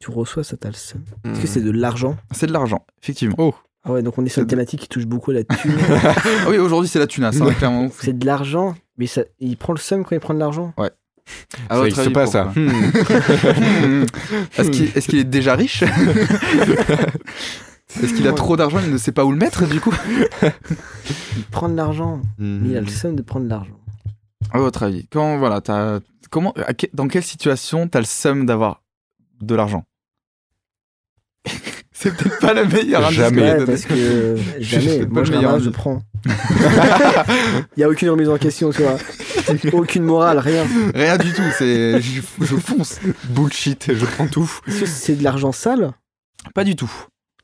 Tu reçois ça, t'as le seum. Est-ce que c'est de l'argent C'est de l'argent, effectivement. Oh. Ah ouais, donc on est Hmm. sur C'est une de- thématique qui touche beaucoup à la thune. Ah oui, aujourd'hui, c'est la tunasse, hein, clairement. C'est de l'argent, mais ça, il prend le seum quand il prend de l'argent. À ça votre n'existe avis, pas, ça. pourquoi [laughs] Hmm. Est-ce qu'il est, qu'il est déjà [laughs] riche Est-ce qu'il a trop d'argent, il ne sait pas où le mettre, du coup Il prend de l'argent, mais Mhm. il a le seum de prendre de l'argent. À votre avis, quand voilà, t'as comment, à que- dans quelle situation t'as le seum d'avoir de l'argent [laughs] C'est peut-être pas la meilleure. indice que j'ai Jamais. Ouais, donné. parce que jamais, bonne moi je meilleure ramasse, je idée. prends. Il n'y a aucune remise en question, tu vois. Aucune morale, rien. Rien du tout. C'est je, je fonce. Bullshit, je prends tout. Est-ce que c'est de l'argent sale Pas du tout.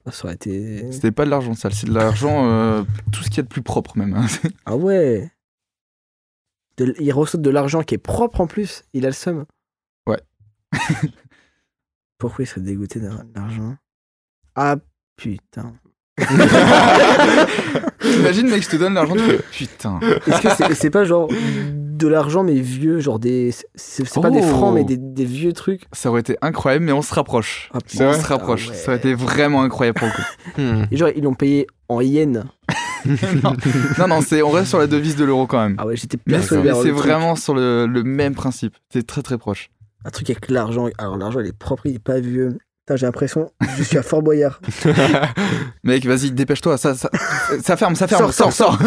Ah, Ça aurait été. C'était pas de l'argent sale, c'est de l'argent euh, tout ce qu'il y a de plus propre même. hein. Ah ouais De l- Il reçoit de l'argent qui est propre en plus, il a le seum. Ouais. [laughs] Pourquoi il serait dégoûté d'avoir de l'argent Ah, Putain. Imagine, mec, je te donne l'argent, tu fais putain. Est-ce que c'est c'est pas genre de l'argent mais vieux, genre des. C'est c'est pas des Oh. francs mais des, des vieux trucs Ça aurait été incroyable, mais on se rapproche. Ah, C'est on vrai se rapproche. Ah ouais. Ça aurait été vraiment incroyable pour le coup. Hmm. Et genre ils l'ont payé en yens. non, non, c'est, on reste sur la devise de l'euro quand même. Ah ouais, j'étais Mais persuadé mais d'avoir c'est le truc. vraiment sur le, le même principe. C'est très très proche. Un truc avec l'argent. Alors l'argent il est propre, il est pas vieux. Putain, j'ai l'impression que je suis à [laughs] Fort Boyard. Mec, vas-y, dépêche-toi. Ça, ça, ça ferme, ça ferme. Sors, Sors, sors.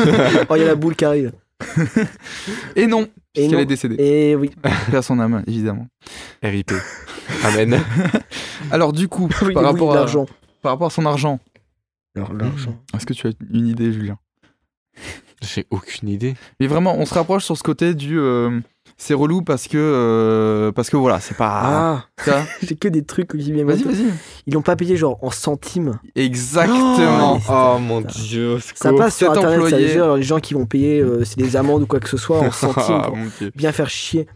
Oh, il y a la boule qui arrive. Et non, Et puisqu'elle non. est décédée. [laughs] Et oui. Perd son âme, évidemment. RIP. Amen. Alors, du coup, Oui, oui, par, rapport à, l'argent. par rapport à son argent, Mmh. Alors l'argent. est-ce que tu as une idée, Julien J'ai aucune idée. Mais vraiment, on se rapproche sur ce côté du. euh, c'est relou parce que. euh, parce que voilà, c'est pas. Ah, [laughs] ça. j'ai que des trucs où j'ai bien Vas-y, monté. vas-y. Ils l'ont pas payé genre en centimes. Exactement. Oh, Oh, mon dieu. Ça passe sur cet internet, ça employé- les gens- alors, les gens qui vont payer euh, c'est des amendes ou quoi que [laughs] ce soit [laughs] en centimes Ah pour mon dieu. bien faire chier.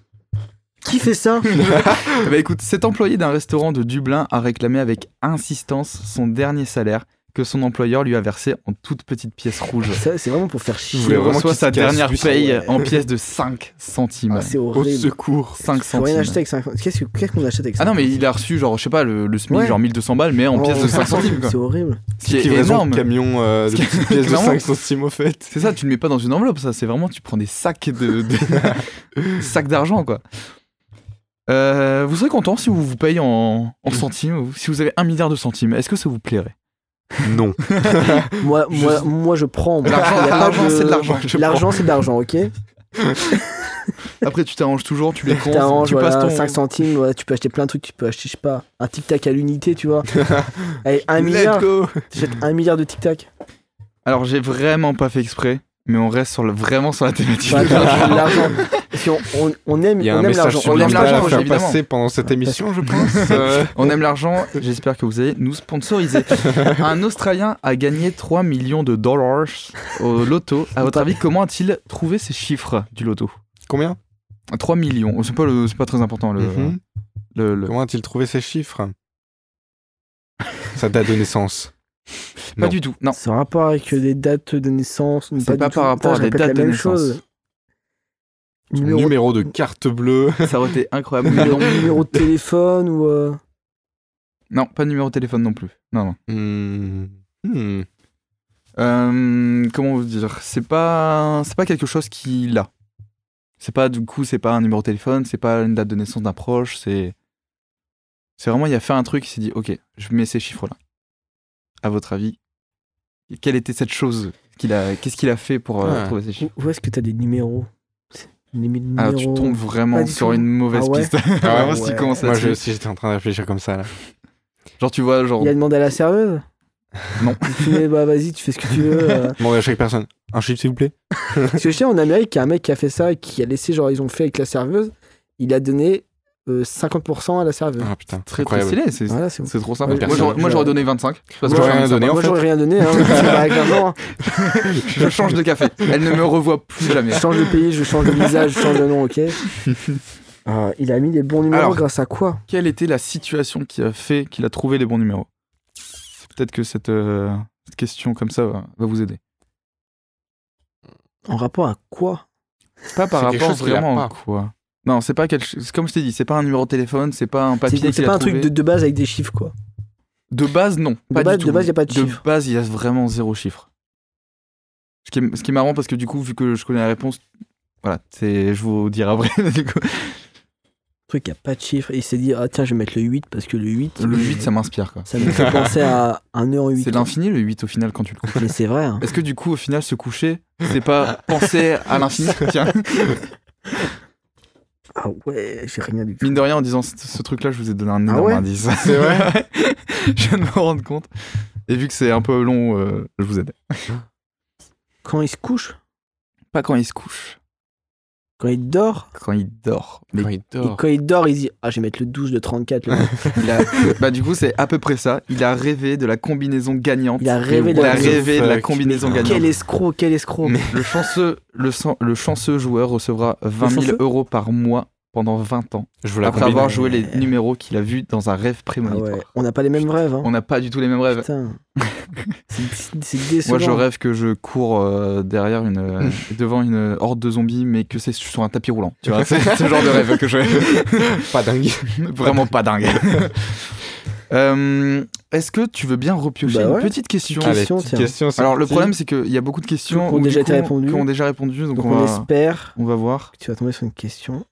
Qui fait ça Eh ben, écoute, cet employé d'un restaurant de Dublin a réclamé avec insistance son dernier salaire que son employeur lui a versé en toute petite pièce rouge. Ça, Ah, C'est vraiment pour faire Vous chier. voulez Il vraiment reçoit qu'il sa se casse, dernière lui, ça, paye ouais. en pièces de 5 centimes. Ah, c'est Au horrible. secours. 5 Faut rien centimes. acheter avec 50. Qu'est-ce que- qu'est-ce qu'on achète avec ça Ah non, mais il a reçu, genre, je sais pas, le, le SMIC, Ouais. Oh. genre 1200 balles, mais en pièces de [laughs] 5 centimes, quoi. C'est horrible. Ce qui est Livraison de énorme. camion euh, de Ce qui- petites pièces de Clairement. 5 centimes au fait. C'est ça, tu le mets pas dans une enveloppe, ça. C'est vraiment, tu prends des sacs de, [laughs] de- sacs d'argent, quoi. Euh, vous serez content si vous vous payez en, en centimes, ou si vous avez un milliard de centimes. Est-ce que ça vous plairait Non. Moi, moi, moi, je prends. Moi, L'argent, il y a pas l'argent, de- c'est de l'argent. Ah, je L'argent, c'est de l'argent, ok prends. Après, tu t'arranges toujours, tu les comptes, T'arranges, tu passes voilà, ton 5 centimes, ouais, tu peux acheter plein de trucs, tu peux acheter, je sais pas, un tic-tac à l'unité, [laughs] tu vois. Allez, un Let's milliard, go. t'achètes un milliard [laughs] de tic-tac. Alors, j'ai vraiment pas fait exprès, mais on reste sur le- vraiment sur la thématique. Enfin, de l'argent. t'as- l'argent. Si on, on, on aime, Il y a on un aime message on l'argent. aime subliminal l'argent, à faire évidemment. passer pendant cette émission, je pense. Euh, On aime l'argent, j'espère que vous allez nous sponsoriser. Un Australien a gagné 3 millions de dollars au loto. À votre avis, comment a-t-il trouvé ces chiffres du loto [laughs] Combien 3 millions, c'est pas, le- c'est pas très important. Le, Mhm. le- le- Comment a-t-il trouvé ces chiffres Sa date de naissance. Pas Non. du tout, non. C'est en rapport avec des dates de naissance. non, C'est pas du par tout. rapport Putain, à je des répète la dates de même chose. Son Numéro, numéro... de carte bleue. [laughs] Ça aurait été [laughs] incroyable. mais non. numéro- [laughs] numéro de téléphone ou. euh, Non, pas de numéro de téléphone non plus. Non, non. Hmm. Hmm. Euh, comment vous dire C'est pas, c'est pas quelque chose qu'il a. C'est pas du coup, c'est pas un numéro de téléphone, c'est pas une date de naissance d'un proche, c'est, c'est vraiment il a fait un truc, il s'est dit ok, je mets ces chiffres là. À votre avis, quelle était cette chose qu'il a, qu'est-ce qu'il a fait pour euh, Ah. trouver ces Où, chiffres où est-ce que t'as des numéros C'est- Les mille Ah, numéros. tu tombes Pas vraiment du sur tout. une mauvaise Ah ouais piste. [laughs] vraiment, si tu ouais. commences Moi là-dessus. je- aussi j'étais en train de réfléchir comme ça là. Genre tu vois, genre Il a demandé à la serveuse Non. Tu mets, bah vas-y, tu fais ce que tu veux. [laughs] euh. Bon, à chaque personne, un chiffre s'il vous plaît. Parce que je sais, en Amérique, il y a un mec qui a fait ça, qui a laissé, genre, ils ont fait avec la serveuse. Il a donné euh, 50% à la serveuse. Ah putain, très très incroyable. stylé, c'est, Voilà, c'est bon. c'est trop simple. Moi Personne. j'aurais, moi, j'aurais donné 25. Parce que j'aurais Moi, j'aurais aimé ça. donné, en Moi, fait. j'aurais [laughs] rien donné. Hein, C'est pas avec l'argent, hein. je change de café. Elle ne me revoit plus jamais. Je change de pays, je change de visage, je change de [laughs] nom, ok Ah, Il a mis les bons numéros Alors. grâce à quoi quelle était la situation qui a fait qu'il a trouvé les bons numéros Peut-être que cette, euh, cette question comme ça va, va vous aider. En rapport à quoi Pas par C'est quelque rapport chose qu'il a vraiment à pas. quoi Non, c'est pas quelque chose. Comme je t'ai dit, c'est pas un numéro de téléphone, c'est pas un papier. C'est qu'il c'est a pas un trouvé. truc de, de base avec des chiffres, quoi. De base, non. pas du base- de tout. base, y a pas de chiffre. base, il y a vraiment zéro chiffre. Ce qui, est, ce qui est marrant parce que du coup, vu que je connais la réponse, voilà, c'est, je vous dirai après. [laughs] du coup. Un truc qui a pas de chiffres. Et il s'est dit, ah tiens, je vais mettre le 8 parce que le 8. Le 8, ça m'inspire quoi. ça me fait penser à un heure 8. C'est l'infini le 8 au final quand tu le couches. Mais c'est vrai. hein. Est-ce que du coup, au final, se coucher, c'est pas penser à [laughs] l'infini Tiens. Ah ouais, j'ai rien du tout. Mine de rien, en disant ce, ce truc-là, je vous ai donné un Ah énorme ouais indice. C'est [laughs] vrai Je viens de me rendre compte. Et vu que c'est un peu long, euh, je vous aide. Quand il se couche, Pas quand il se couche, quand il dort, quand il dort. Mais Quand il et dort. quand il dort, il se dit Ah, je vais mettre le 12, le 34. le- il [laughs] a- bah, du coup, c'est à peu près ça. Il a rêvé de la combinaison gagnante. Il a rêvé de Il a la. rêvé de la Fuck. combinaison gagnante. Quel escroc, quel escroc. Mais le chanceux, le, sang- le chanceux joueur recevra 20 000 chanceux euros par mois pendant 20 ans, Je vous la après combine. avoir joué les numéros qu'il a vus dans un rêve Ah prémonitoire. ouais, On n'a pas les mêmes rêves. hein. On n'a pas du tout les mêmes rêves. Putain. C'est- C'est Moi, décevant. je rêve que je cours euh, derrière [laughs] une, euh, devant une horde de zombies, mais que c'est sur un tapis roulant. Tu vois, [laughs] c'est ce genre de rêve que je Pas dingue. [laughs] vraiment pas [laughs] dingue. Euh, Est-ce que tu veux bien repiocher Bah ouais. une petite question Allez. Question, tiens. question, c'est Alors le parti. problème c'est qu'il y a beaucoup de questions Qui ont où, du déjà été coup, répondues. qui ont déjà répondu, donc, Donc on, on va, espère on va voir. que tu vas tomber sur une question.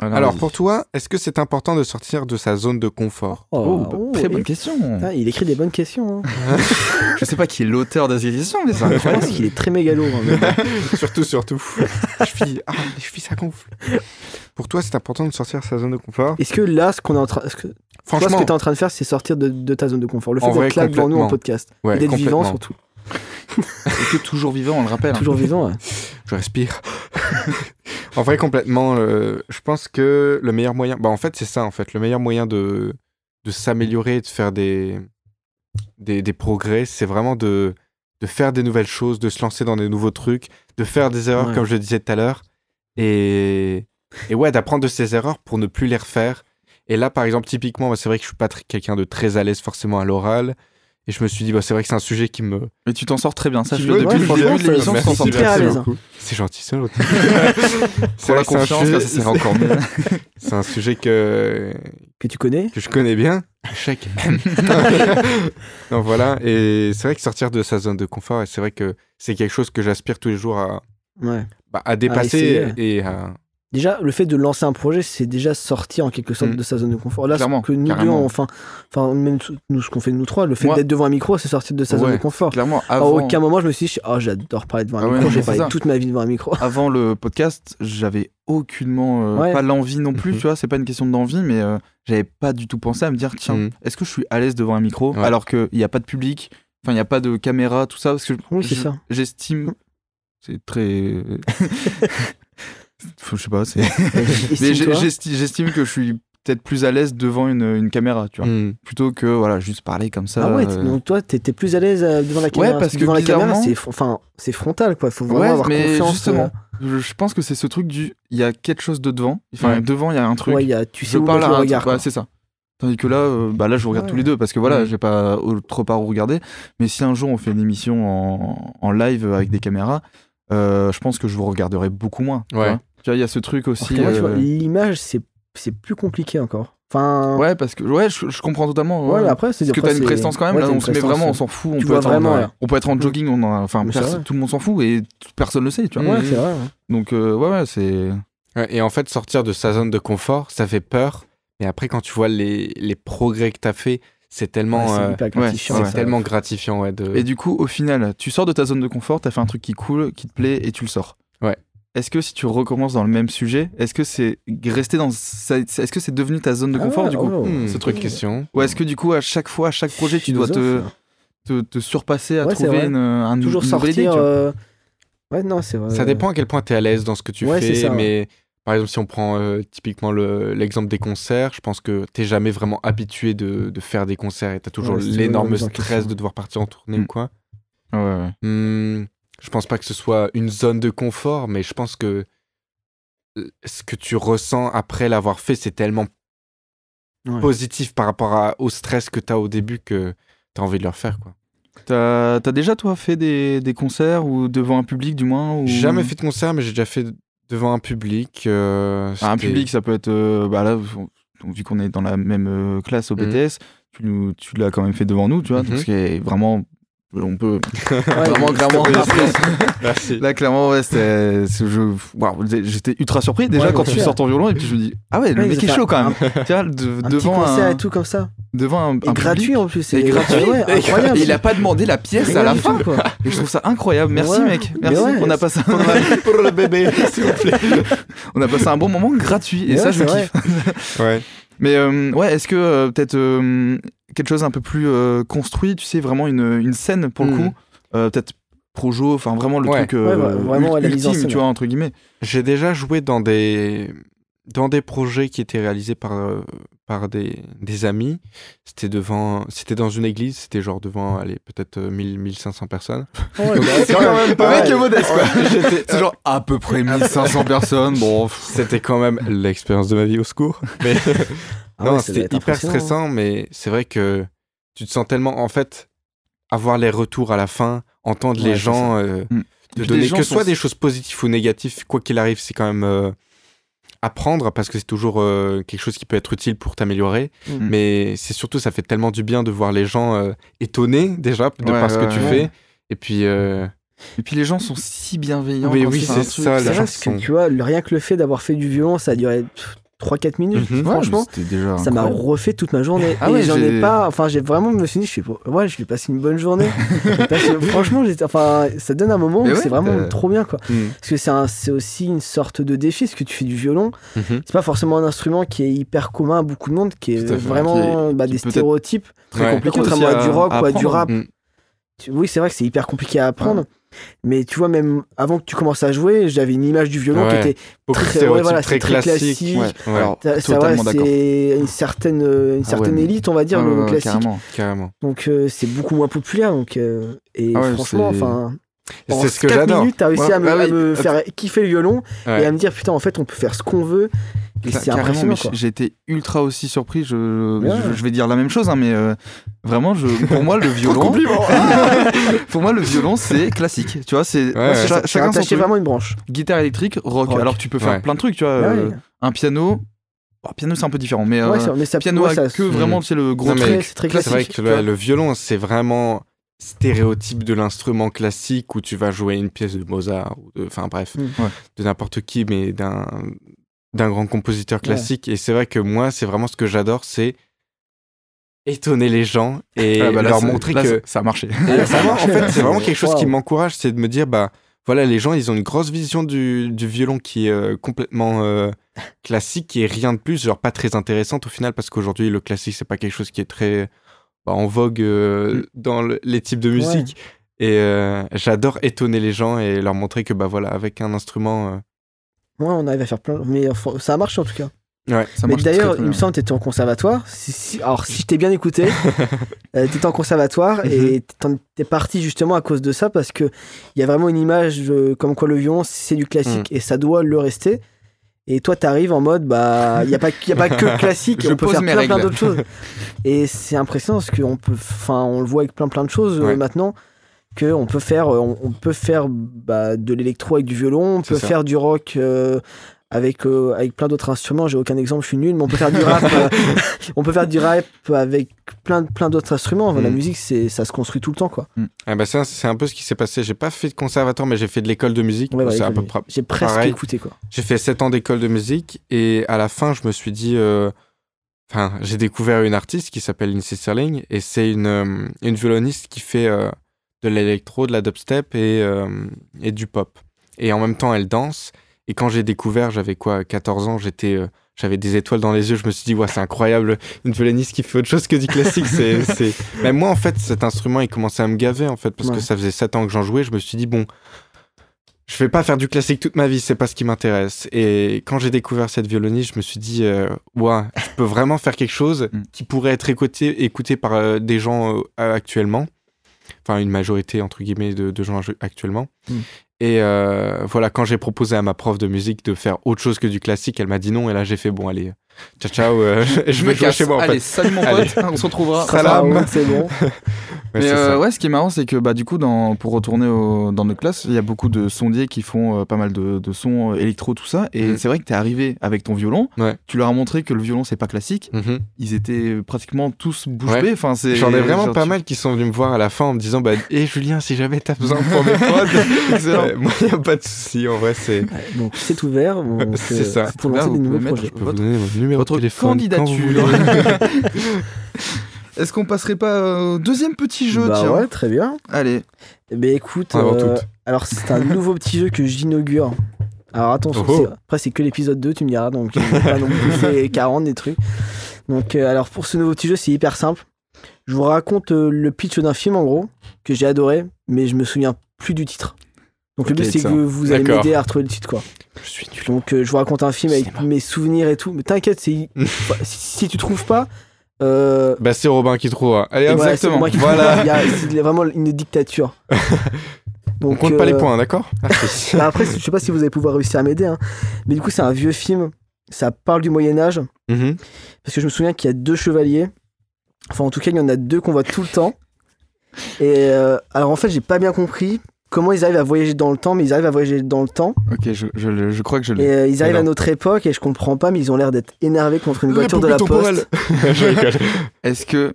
Alors Ah, vas-y. pour toi, est-ce que c'est important de sortir de sa zone de confort Oh, bah, oh, très bonne et- question. Ah, il écrit des bonnes questions. hein. Je sais pas qui est l'auteur de ces questions, [laughs] mais c'est Je pense incroyable. qu'il est très mégalo. hein, [laughs] mais- Surtout, surtout. je suis, ah, je suis ça gonfle. Pour toi, c'est important de sortir de sa zone de confort Est-ce que là, ce qu'on est en train, ce que, toi, ce Franchement, que t'es en train de faire, c'est sortir de, de ta zone de confort. Le En fait vrai, d'être là devant nous complètement. en podcast, ouais, Et d'être vivant complètement. surtout, Et que toujours vivant, on le rappelle. hein. toujours vivant. ouais. Je respire. [laughs] en vrai, complètement. euh, je pense que le meilleur moyen. Bah, en fait, c'est ça, en fait. Le meilleur moyen de, de s'améliorer et de faire des, des, des progrès, c'est vraiment de, de faire des nouvelles choses, de se lancer dans des nouveaux trucs, de faire des erreurs, Ouais. comme je le disais tout à l'heure. Et, et ouais, d'apprendre de ces erreurs pour ne plus les refaire. Et là, par exemple, typiquement, bah, c'est vrai que je suis pas tr- quelqu'un de très à l'aise forcément à l'oral. Et je me suis dit, bah, c'est vrai que c'est un sujet qui me. Mais tu t'en sors très bien, ça Tu je [laughs] veux- depuis le ouais, début franchement, de l'émission, ça- tu t'en sors très merci, hyper à bien. l'aise. hein. C'est gentil, [laughs] ça, l'autre. Pour la vrai que c'est un confiance, sujet- là, ça sert encore mieux. [laughs] C'est un sujet que, Que tu connais. que je connais bien. [laughs] [laughs] Chèque. Donc voilà, et c'est vrai que sortir de sa zone de confort, et c'est vrai que c'est quelque chose que j'aspire tous les jours à, Ouais. bah, à dépasser essayer. et à... Déjà, le fait de lancer un projet, c'est déjà sortir en quelque sorte Mm. de sa zone de confort. Là, Clairement, ce que nous deux, carrément. on- enfin, enfin, même ce- nous, ce qu'on fait nous trois, le fait Moi- d'être devant un micro, c'est sortir de sa zone Ouais. de confort. Clairement, À avant, aucun moment, je me suis dit, oh, j'adore parler devant un Ah ouais, micro, non, j'ai c'est parlé ça. toute ma vie devant [laughs] un micro. avant le podcast, j'avais aucunement euh, Ouais. pas l'envie non plus, Mhm. tu vois, c'est pas une question d'envie, mais euh, j'avais pas du tout pensé à me dire, tiens, Mhm. est-ce que je suis à l'aise devant un micro Ouais. alors qu'il n'y a pas de public, enfin, il n'y a pas de caméra, tout ça, parce que Oui, c'est je- ça. j'estime. C'est [laughs] très. Faut- je sais pas, c'est. Mais j'ai- Estime-toi. j'esti- j'estime que je suis peut-être plus à l'aise devant une, une caméra, tu vois, Hmm. plutôt que, voilà, juste parler comme ça. Mhm. Ah ouais, euh, donc toi, t'étais plus à l'aise euh, devant la caméra. parce que devant la caméra, bizarrement- c'est fr- enfin, c'est frontal, quoi. Faut vraiment Ouais, avoir mais confiance. justement, Je euh, je pense que c'est ce truc du. Il y a quelque chose de devant, enfin, Ouais. devant, il y a un truc. ouais, il y a, tu sais je où parle mettre à le un regard. truc, ouais, quoi. c'est ça. Tandis que là, euh, bah là, je regarde Ouais. tous les deux parce que voilà, Mm. j'ai pas au- trop à regarder. Mais si un jour on fait une émission en, en live avec des caméras, euh, je pense que je vous regarderai beaucoup moins. tu Ouais. vois. Tu vois, il y a ce truc Alors aussi. que moi, tu euh, vois, L'image, c'est c'est plus compliqué encore. Enfin, Ouais, parce que ouais, je, je comprends totalement. ouais, ouais. après, c'est parce que après, t'as une c'est- prestance quand même. ouais, là, t'as on une se met prestance, vraiment, on ouais. s'en fout. On Tu peut, vois être vraiment, en, là. on peut être en jogging, on en- enfin, Mais c'est perso- vrai. Mm. tout le monde s'en fout et t- personne le sait, tu vois. Ouais, c'est vrai. hein. ouais. Donc euh, ouais, ouais, c'est. Ouais, Et en fait, sortir de sa zone de confort, ça fait peur. Mais après, quand tu vois les, les progrès que tu as fait, c'est tellement, Ouais, euh, c'est hyper gratifiant, c'est ça. tellement gratifiant. Ouais, de... Et du coup, au final, tu sors de ta zone de confort, t'as fait un truc qui coule, qui te plaît, et tu le sors. Ouais. Est-ce que si tu recommences dans le même sujet, est-ce que c'est resté dans, ça- est-ce que c'est devenu ta zone de Ah confort ouais, du coup, mm. oh. Hmm, ce truc. question. ou est-ce que du coup à chaque fois, à chaque projet, tu dois te, Philosophe, te, te surpasser à Ouais, c'est trouver vrai. une, un nou- toujours une nouvelle idée, sortir. tu vois. euh, Ouais, non, c'est vrai. Ça dépend à quel point tu es à l'aise dans ce que tu Ouais, fais, c'est ça, ouais. mais par exemple, si on prend euh, typiquement le- l'exemple des concerts, je pense que t'es jamais vraiment habitué de, de faire des concerts et t'as toujours Ouais, c'est l'énorme toujours la mise en stress question. de devoir partir en tournée Mm. ou quoi. euh. Ouais, ouais. Hmm, je pense pas que ce soit une zone de confort, mais je pense que euh, ce que tu ressens après l'avoir fait, c'est tellement Ouais. positif par rapport à- au stress que t'as au début que t'as envie de le refaire, quoi. T'as, t'as déjà toi fait des, des concerts ou devant un public du moins ou... J'ai Mm. jamais fait de concert, mais j'ai déjà fait devant un public. euh, Ah, un c'était- public, ça peut être. euh, bah là, on- vu qu'on est dans la même euh, classe au Mhm. BTS, tu, nous- tu l'as quand même fait devant nous, tu vois. Mhm. Donc, ce qui est vraiment. On peut. Ouais, vraiment, clairement. [laughs] Merci. Là, clairement, ouais, c'était. c'est- je- waouh, J'étais ultra surpris déjà Ouais, quand bien tu sûr. sors ton violon et puis je me dis Ah ouais, le Ouais, mec ils est ont chaud fait quand même. Tu vois, de- Un petit devant, concert un, et tout comme ça. devant un. Et un gratuit public. en plus. Et gratuit. Ouais, Et incroyable. il a pas demandé la pièce à la Rien fin. du tout, quoi. Et je trouve ça incroyable. Merci, Ouais. mec. Mais Merci. ouais. on a passé un... pour le bébé, s'il vous plaît. [laughs] on a passé un bon moment gratuit. Et Mais ça, ouais, je c'est kiffe. vrai. [laughs] Ouais. Mais euh, ouais, est-ce que euh, peut-être euh, quelque chose un peu plus euh, construit, tu sais, vraiment une, une scène pour le Mhm. coup, euh, peut-être projo, enfin vraiment le Ouais. truc euh, Ouais, ouais, vraiment, ult- la mise en ultime, scène, tu vois, entre guillemets. J'ai déjà joué dans des dans des projets qui étaient réalisés par euh, par des, des amis. C'était devant, c'était dans une église, c'était genre devant, allez, peut-être euh, 1000, 1500 personnes. [laughs] Oh, Donc, bah, c'est quand même pas mal. Mec, modeste, [laughs] quoi. J'étais- C'est genre à peu près 1500 personnes. Bon, pff. C'était quand même l'expérience de ma vie au secours. Mais ah non, ouais, ça doit être c'était hyper impressionnant. stressant, mais c'est vrai que tu te sens tellement, en fait, avoir les retours à la fin, entendre Ouais, les c'est gens, euh, Mm. te Puis les donner gens que ce sont- soit des choses positives ou négatives, quoi qu'il arrive, c'est quand même euh, apprendre parce que c'est toujours euh, quelque chose qui peut être utile pour t'améliorer. Mm. Mais c'est surtout, ça fait tellement du bien de voir les gens euh, étonnés déjà de Ouais, par ce que ouais, tu ouais. fais. Et puis, euh, Et puis les gens sont si bienveillants. Oui, quand oui, tu fais un c'est truc. ça, C'est les gens vrai parce que sont- tu vois, le- rien que le fait d'avoir fait du violon, ça a duré 3-4 minutes. Mhm. Ouais, Franchement, mais c'était déjà Ça m'a incroyable. refait toute ma journée. Ah et ouais, j'en ai... j'ai- pas. Enfin, j'ai vraiment me suis dit, je suis. Ouais, je lui ai passé une [laughs] bonne journée. Parce que franchement, j'étais. Enfin, ça donne un moment Mais où ouais, c'est vraiment euh, trop bien, quoi. hmm. Parce que c'est un- c'est aussi une sorte de défi, parce que tu fais du violon. Mhm. C'est pas forcément un instrument qui est hyper commun à beaucoup de monde, qui est Tout à fait, vraiment bah, des peut être stéréotypes. Très Ouais. compliqué. Contrairement aussi à du rock ou à du apprendre. rap. Mm. Tu- Oui, c'est vrai que c'est hyper compliqué à apprendre. Mais tu vois, même avant que tu commences à jouer, j'avais une image du violon qui Ouais. était Beaucoup de Très- ouais, stéréotypes voilà, très c'est très classiques. classique. Ouais, ouais, Alors, Ça- ça, totalement ouais, d'accord. c'est une certaine, euh, une Ah certaine ouais, mais- élite, on va dire, Ouais, le ouais, ouais, classique. carrément. carrément. Donc euh, c'est beaucoup moins populaire. Donc, euh, et Ah ouais, franchement, c'est- enfin, Et en C'est ce que 4 j'adore. minutes, t'as réussi Ouais, à me, bah à oui. me faire kiffer le violon Ouais. et à me dire putain, en fait, on peut faire ce qu'on veut. Et Ca- c'est carrément, impressionnant. mais Quoi. j- j'ai été ultra aussi surpris. Je, Ouais. je, je vais dire la même chose, hein, mais euh, vraiment, je, pour [laughs] moi, le violon, Ah, pour moi, le violon, c'est classique. Tu vois, [laughs] c'est Ouais, cha- ouais. C'est chacun son rattaché truc. vraiment à une branche. Guitare électrique, rock. Rock. Alors, tu peux faire Ouais. plein de trucs. Tu vois, Ouais, euh, ouais. un piano. Oh, piano, c'est un peu différent, mais euh, Ouais, ça- mais ça, piano ouais, à ça- queue, vraiment, c'est le gros Non, mais trait. très- c'est très là, C'est vrai classique. que tu vois. le, le violon, c'est vraiment stéréotype de l'instrument classique où tu vas jouer une pièce de Mozart, ou de- enfin bref, Mm. Ouais. de n'importe qui, mais d'un d'un grand compositeur classique. Et c'est vrai que moi, c'est vraiment ce que j'adore, c'est étonner les gens et Ah, bah, là, leur c'est- montrer là, que c'est- ça a marché. [laughs] Et vraiment, en fait, c'est vraiment quelque chose qui Ah, Waouh. m'encourage, c'est de me dire, bah voilà, les gens, ils ont une grosse vision du, du violon qui est euh, complètement euh, classique et rien de plus, genre pas très intéressante au final, parce qu'aujourd'hui, le classique, c'est pas quelque chose qui est très bah, en vogue Mm. euh, dans le- les types de musique. Et euh, j'adore étonner les gens et leur montrer que, bah voilà, avec un instrument. euh, Ouais, on arrive à faire plein. Mais euh, faut- ça marche en tout cas. Ça Mais marche très, d'ailleurs, très il me bien. semble que tu étais en conservatoire. Si- si- alors, si je t'ai [laughs] bien écouté, tu étais en conservatoire Mhm. et t'en- t'es parti justement à cause de ça parce que il y a vraiment une image euh, comme quoi le violon, c'est du Mhm. classique et ça doit le rester. Et toi, t'arrives en mode, bah, il n'y a, pas- y a pas que le [laughs] classique, Je on peut pose faire mes plein, plein règles. [laughs] d'autres choses. Et c'est impressionnant parce qu'on peut, enfin, on le voit avec plein, plein de choses euh, Ouais. maintenant. Que on peut faire, euh, on, on peut faire bah, de l'électro avec du violon, on C'est peut ça. faire du rock euh, avec, euh, avec plein d'autres instruments. J'ai aucun exemple, je suis nul, mais on [laughs] peut faire du rap. euh, on peut faire du rap avec plein, plein d'autres instruments. Enfin, La Mm. musique, c'est, ça se construit tout le temps, quoi. Ah bah ça, c'est un peu ce qui s'est passé. J'ai pas fait de conservatoire, mais j'ai fait de l'école de musique. Ouais, Bon, ouais, c'est à j'ai- peu près J'ai presque pareil. écouté, quoi. J'ai fait 7 ans d'école de musique et à la fin, je me suis dit. euh, Enfin, j'ai découvert une artiste qui s'appelle Lindsay Sterling et c'est une, euh, une violoniste qui fait euh, de l'électro, de la dubstep et, euh, et du pop. Et en même temps, elle danse. Et quand j'ai découvert, j'avais quoi, 14 ans, j'étais. euh, j'avais des étoiles dans les yeux, je me suis dit, ouais, c'est incroyable, une violoniste qui fait autre chose que du classique. c'est, c'est... Même moi, en fait, cet instrument, il commençait à me gaver, en fait, parce Ouais. que ça faisait 7 ans que j'en jouais. Je me suis dit, bon, je vais pas faire du classique toute ma vie, c'est pas ce qui m'intéresse. Et quand j'ai découvert cette violoniste, je me suis dit, euh, ouais, je peux vraiment faire quelque chose Mm. qui pourrait être écouté, écouté par euh, des gens euh, euh, actuellement. Enfin, une majorité, entre guillemets, de, de gens actu- actuellement. Mm. Et euh, voilà, quand j'ai proposé à ma prof de musique de faire autre chose que du classique, elle m'a dit non. Et là, j'ai fait, bon, allez, ciao, ciao, euh, [laughs] je vais jouer casse. chez moi, en Allez, fait. salut mon Allez. pote, on se retrouvera. Salam. Enfin, ouais, [laughs] c'est bon. Ouais, Mais c'est euh, ça. ouais, ce qui est marrant, c'est que bah, du coup, dans, pour retourner au- dans notre classe, il y a beaucoup de sondiers qui font euh, pas mal de, de sons euh, électro, tout ça. Et Mhm. c'est vrai que t'es arrivé avec ton violon, Ouais. tu leur as montré que le violon, c'est pas classique. Mhm. Ils étaient euh, pratiquement tous bouche Ouais. bée. Enfin, c'est- J'en ai vraiment genre, pas tu- mal qui sont venus me voir à la fin en me disant [laughs] bah, Hé Julien, si jamais t'as besoin [laughs] pour mes [laughs] potes, Excellent. euh, moi, y a pas de souci. En vrai, [laughs] c'est. Ouais, Donc, c'est ouvert. donc, C'est euh, ça. Pour Là, lancer vous des nouveaux pouvez mettre- projets. Je peux vous donner mon numéro Votre de téléphone. quand vous candidature. [laughs] voulez. [laughs] Est-ce qu'on passerait pas au deuxième petit jeu bah tiens ouais, très bien. Allez, Eh ben, écoute, Avant euh, toute. alors [laughs] c'est un nouveau petit jeu que j'inaugure. Alors attention, Oh. c'est- après c'est que l'épisode 2, tu me diras, donc j'ai pas non plus fait [laughs] 40 des trucs. Donc euh, alors pour ce nouveau petit jeu, c'est hyper simple. Je vous raconte euh, le pitch d'un film en gros, que j'ai adoré, mais je me souviens plus du titre. Donc le Ok, but c'est que ça. vous allez D'accord. m'aider à retrouver le titre quoi. Je suis nul. Donc euh, je vous raconte un film avec Cinéma. mes souvenirs et tout. Mais t'inquiète, c'est- [laughs] bah, si, si tu trouves pas, euh, Bah, c'est Robin qui trouve. hein. Allez, et hop, voilà, c'est moi qui- Voilà. [laughs] il y a- il y a vraiment une dictature. [laughs] on Donc, compte pas les euh, points, hein, d'accord Merci. [laughs] bah après, je sais pas si vous allez pouvoir réussir à m'aider, hein. mais du coup c'est un vieux film. Ça parle du Moyen Âge. Mhm. Parce que je me souviens qu'il y a deux chevaliers. Enfin, en tout cas, il y en a deux qu'on voit tout le temps. Et euh, alors, en fait, j'ai pas bien compris comment ils arrivent à voyager dans le temps, mais ils arrivent à voyager dans le temps. Ok, je, je le- je crois que je Et l'ai. euh, ils arrivent Alors. à notre époque, et je comprends pas, mais ils ont l'air d'être énervés contre une La voiture de poupée la temporelle. poste. [laughs] Je rigole. Est-ce que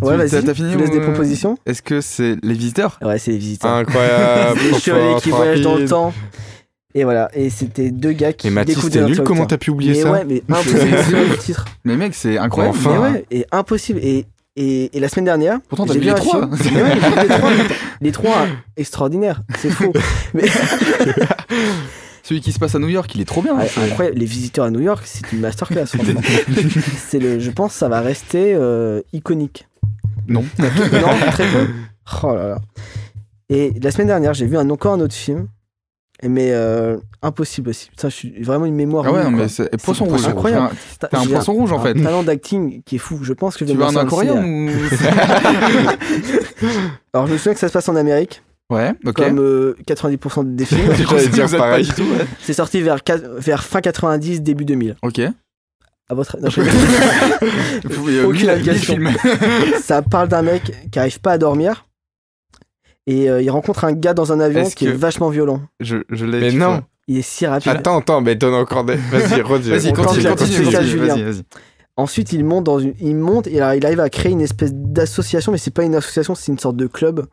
Ouais, Tu- vas-y. t'as- t'as fini tu laisses euh, des ou- propositions est-ce que c'est les visiteurs Ouais, c'est les visiteurs. [laughs] Incroyable. les trop chevaliers fort, qui trop voyagent dans le rapide. temps. Et voilà, et c'était deux gars qui Et Mathis, découvrent t'es des nul, comment interrupteurs. t'as pu oublier hein. Mais ça ouais, mais impossible, c'est le titre. Mais mec, c'est incroyable. Enfin. Mais ouais, et impossible. Et, et, et la semaine dernière, Pourtant, t'as j'ai mis vu les un trois. film- Mais ouais, j'ai vu les trois. mais Les trois, extraordinaires, c'est faux. Mais Celui qui se passe à New York, il est trop bien. Ah, C'est- incroyable, les visiteurs à New York, c'est une [laughs] masterclass. franchement. c'est le, je pense, que ça va rester euh, iconique. Non. [laughs] non, très peu. Oh là là. Et la semaine dernière, j'ai vu un, encore un autre film, mais euh, impossible aussi. Putain, je suis vraiment une mémoire. Ah ouais, non, nulle, quoi. mais c'est et poisson rouge. incroyable. T'as un J'ai poisson rouge en un fait. talent d'acting qui est fou. Je pense que je Tu vais veux un lancer le aquarium cinéma. ou Alors, je me souviens que ça se passe en Amérique, Ouais, ok. comme euh, 90% [laughs] des films. J'allais Vous dire êtes pas pareil. du tout, ouais. C'est sorti vers, quat- vers fin 90, début 2000. Ok. À votre. [laughs] non, je- Vous- euh, Aucune mille- indication. mille films. ça parle d'un mec qui arrive pas à dormir et euh, il rencontre un gars dans un avion Est-ce qui que- est vachement violent. Je, je l'ai. Mais tu non. vois. Il est si rapide. [laughs] Attends, attends, mais donne encore [laughs] des. Vas-y, redis. Vas-y, On continue, tente, continue, c'est ça, continue, Julien. Vas-y, vas-y. Ensuite, il monte dans une, il monte et alors il arrive à créer une espèce d'association, mais c'est pas une association, c'est une sorte de club.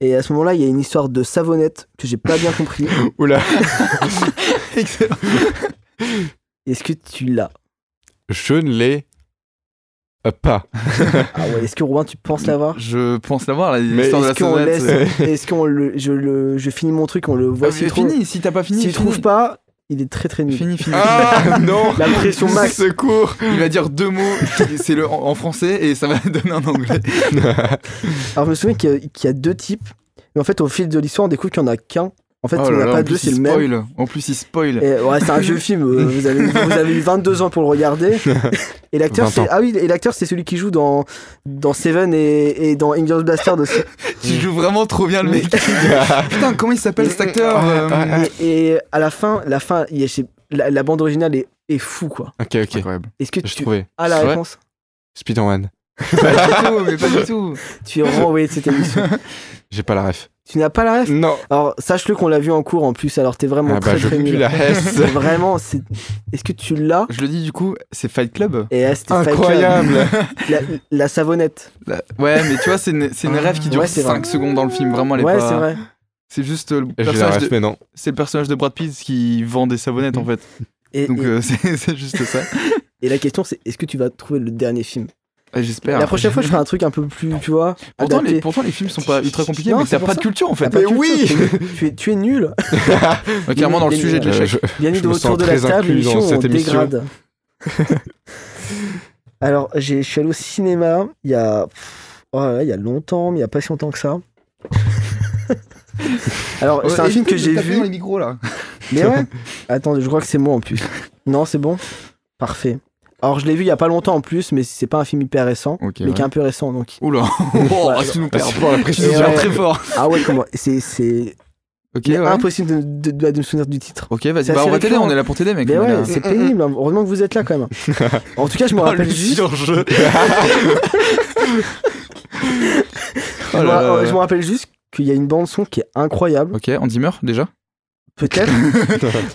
Et à ce moment-là, il y a une histoire de savonnette que j'ai pas bien compris. Oula. [laughs] Est-ce que tu l'as Je ne l'ai euh, [laughs] pas. Ah ouais. Est-ce que Robin, tu penses l'avoir Je pense l'avoir, la Mais histoire de la Est-ce qu'on sonnette. laisse Est-ce qu'on le, je le, je finis mon truc, on le voit Ah, s'il mais trouve. fini, si t'as pas fini. S'il fini. trouve pas, il est très très nul. Fini, fini. Ah non [laughs] La pression max. Secours Il va dire deux mots, c'est le en en français et ça va donner un anglais. Alors je me souviens qu'il y, a- qu'il y a deux types, mais en fait au fil de l'histoire on découvre qu'il n'y en a qu'un. Oh En fait, il n'y en a pas en deux, plus c'est il le même. spoil. En plus il spoil. Et, ouais, c'est [laughs] un vieux film, euh, vous avez, vous avez eu 22 ans pour le regarder. Et l'acteur, 20 c'est, ans. ah oui, et l'acteur, c'est celui qui joue dans, dans Seven et, et dans Inglourious Bastard aussi. Tu joues vraiment trop bien le mec. Putain, comment il s'appelle cet acteur euh, Et, et à la fin, la fin, il y a- je sais- la, la bande originale est, est fou quoi. Ok, ok. Incroyable. Est-ce que Je tu trouvais. as Ah, la Ouais. réponse Spider-Man. Pas du tout, mais pas du tout. Tu es renvoyé de cette [laughs] émission. J'ai pas la ref. tu n'as pas la ref Non. Alors sache-le qu'on l'a vu en cours en plus. Alors t'es vraiment Ah bah, très je très pue nul. la [laughs] hesse. Vraiment, c'est. Est-ce que tu l'as Je le dis du coup, c'est Fight Club. Et là, c'était Fight Club. [laughs] Incroyable. La, la savonnette. Là- Ouais, mais tu vois, c'est une, c'est une Ah. rêve qui dure Ouais, c'est 5 secondes dans le film. Vraiment, elle est Ouais, pas- c'est vrai. C'est juste euh, le J'ai la personnage ref, de... mais non. C'est le personnage de Brad Pitt qui vend des savonnettes en fait. Et, Donc et- euh, [laughs] c'est c'est juste ça. et la question, c'est est-ce que tu vas trouver le dernier film Ah, J'espère. La prochaine fois, je ferai un truc un peu plus, tu vois, Pourtant adapté. les, pourtant, les films sont pas ultra compliqués, Non, mais c'est t'as pour pas ça. de culture en fait. T'as pas de culture, oui [laughs] t'es nul. tu, es, tu [laughs] es nul. Ouais, Clairement dans le les- sujet de les- Euh, l'échec. je- Bienvenue Je de me autour sens de la très table, inclus dans l'émission on cette émission. [laughs] dégrade. [laughs] Alors, j'ai- je suis allé au cinéma il y a. pff, oh là là, il y a longtemps, mais il n'y a pas si longtemps que ça. [laughs] Alors, c'est un film [laughs] que j'ai vu. les micros là. Mais ouais. [laughs] Attendez, je crois que c'est moi en plus. Non, c'est bon. Parfait. Alors, je l'ai vu il y a pas longtemps en plus, mais c'est pas un film hyper récent, Ok, mais ouais. qui est un peu récent. Donc, Oula. Oh, Ouais, tu nous Ah, perds. [laughs] c'est pour la Tu précision. nous perds ouais. très fort. ah ouais, comment C'est c'est Ok, il est ouais. impossible de, de- de- de me souvenir du titre. Ok, vas-y. C'est Bah, assez on va t'aider, récurrent. on est là pour t'aider, mec. Mais on est ouais, là. c'est pénible. hein. Heureusement que vous êtes là [laughs] quand même. En tout cas, je me Oh, rappelle le juste. [laughs] surjeu. Je Oh me là ra- là. je me rappelle juste qu'il y a une bande son qui est incroyable. Ok, Andy meurt déjà. Peut-être.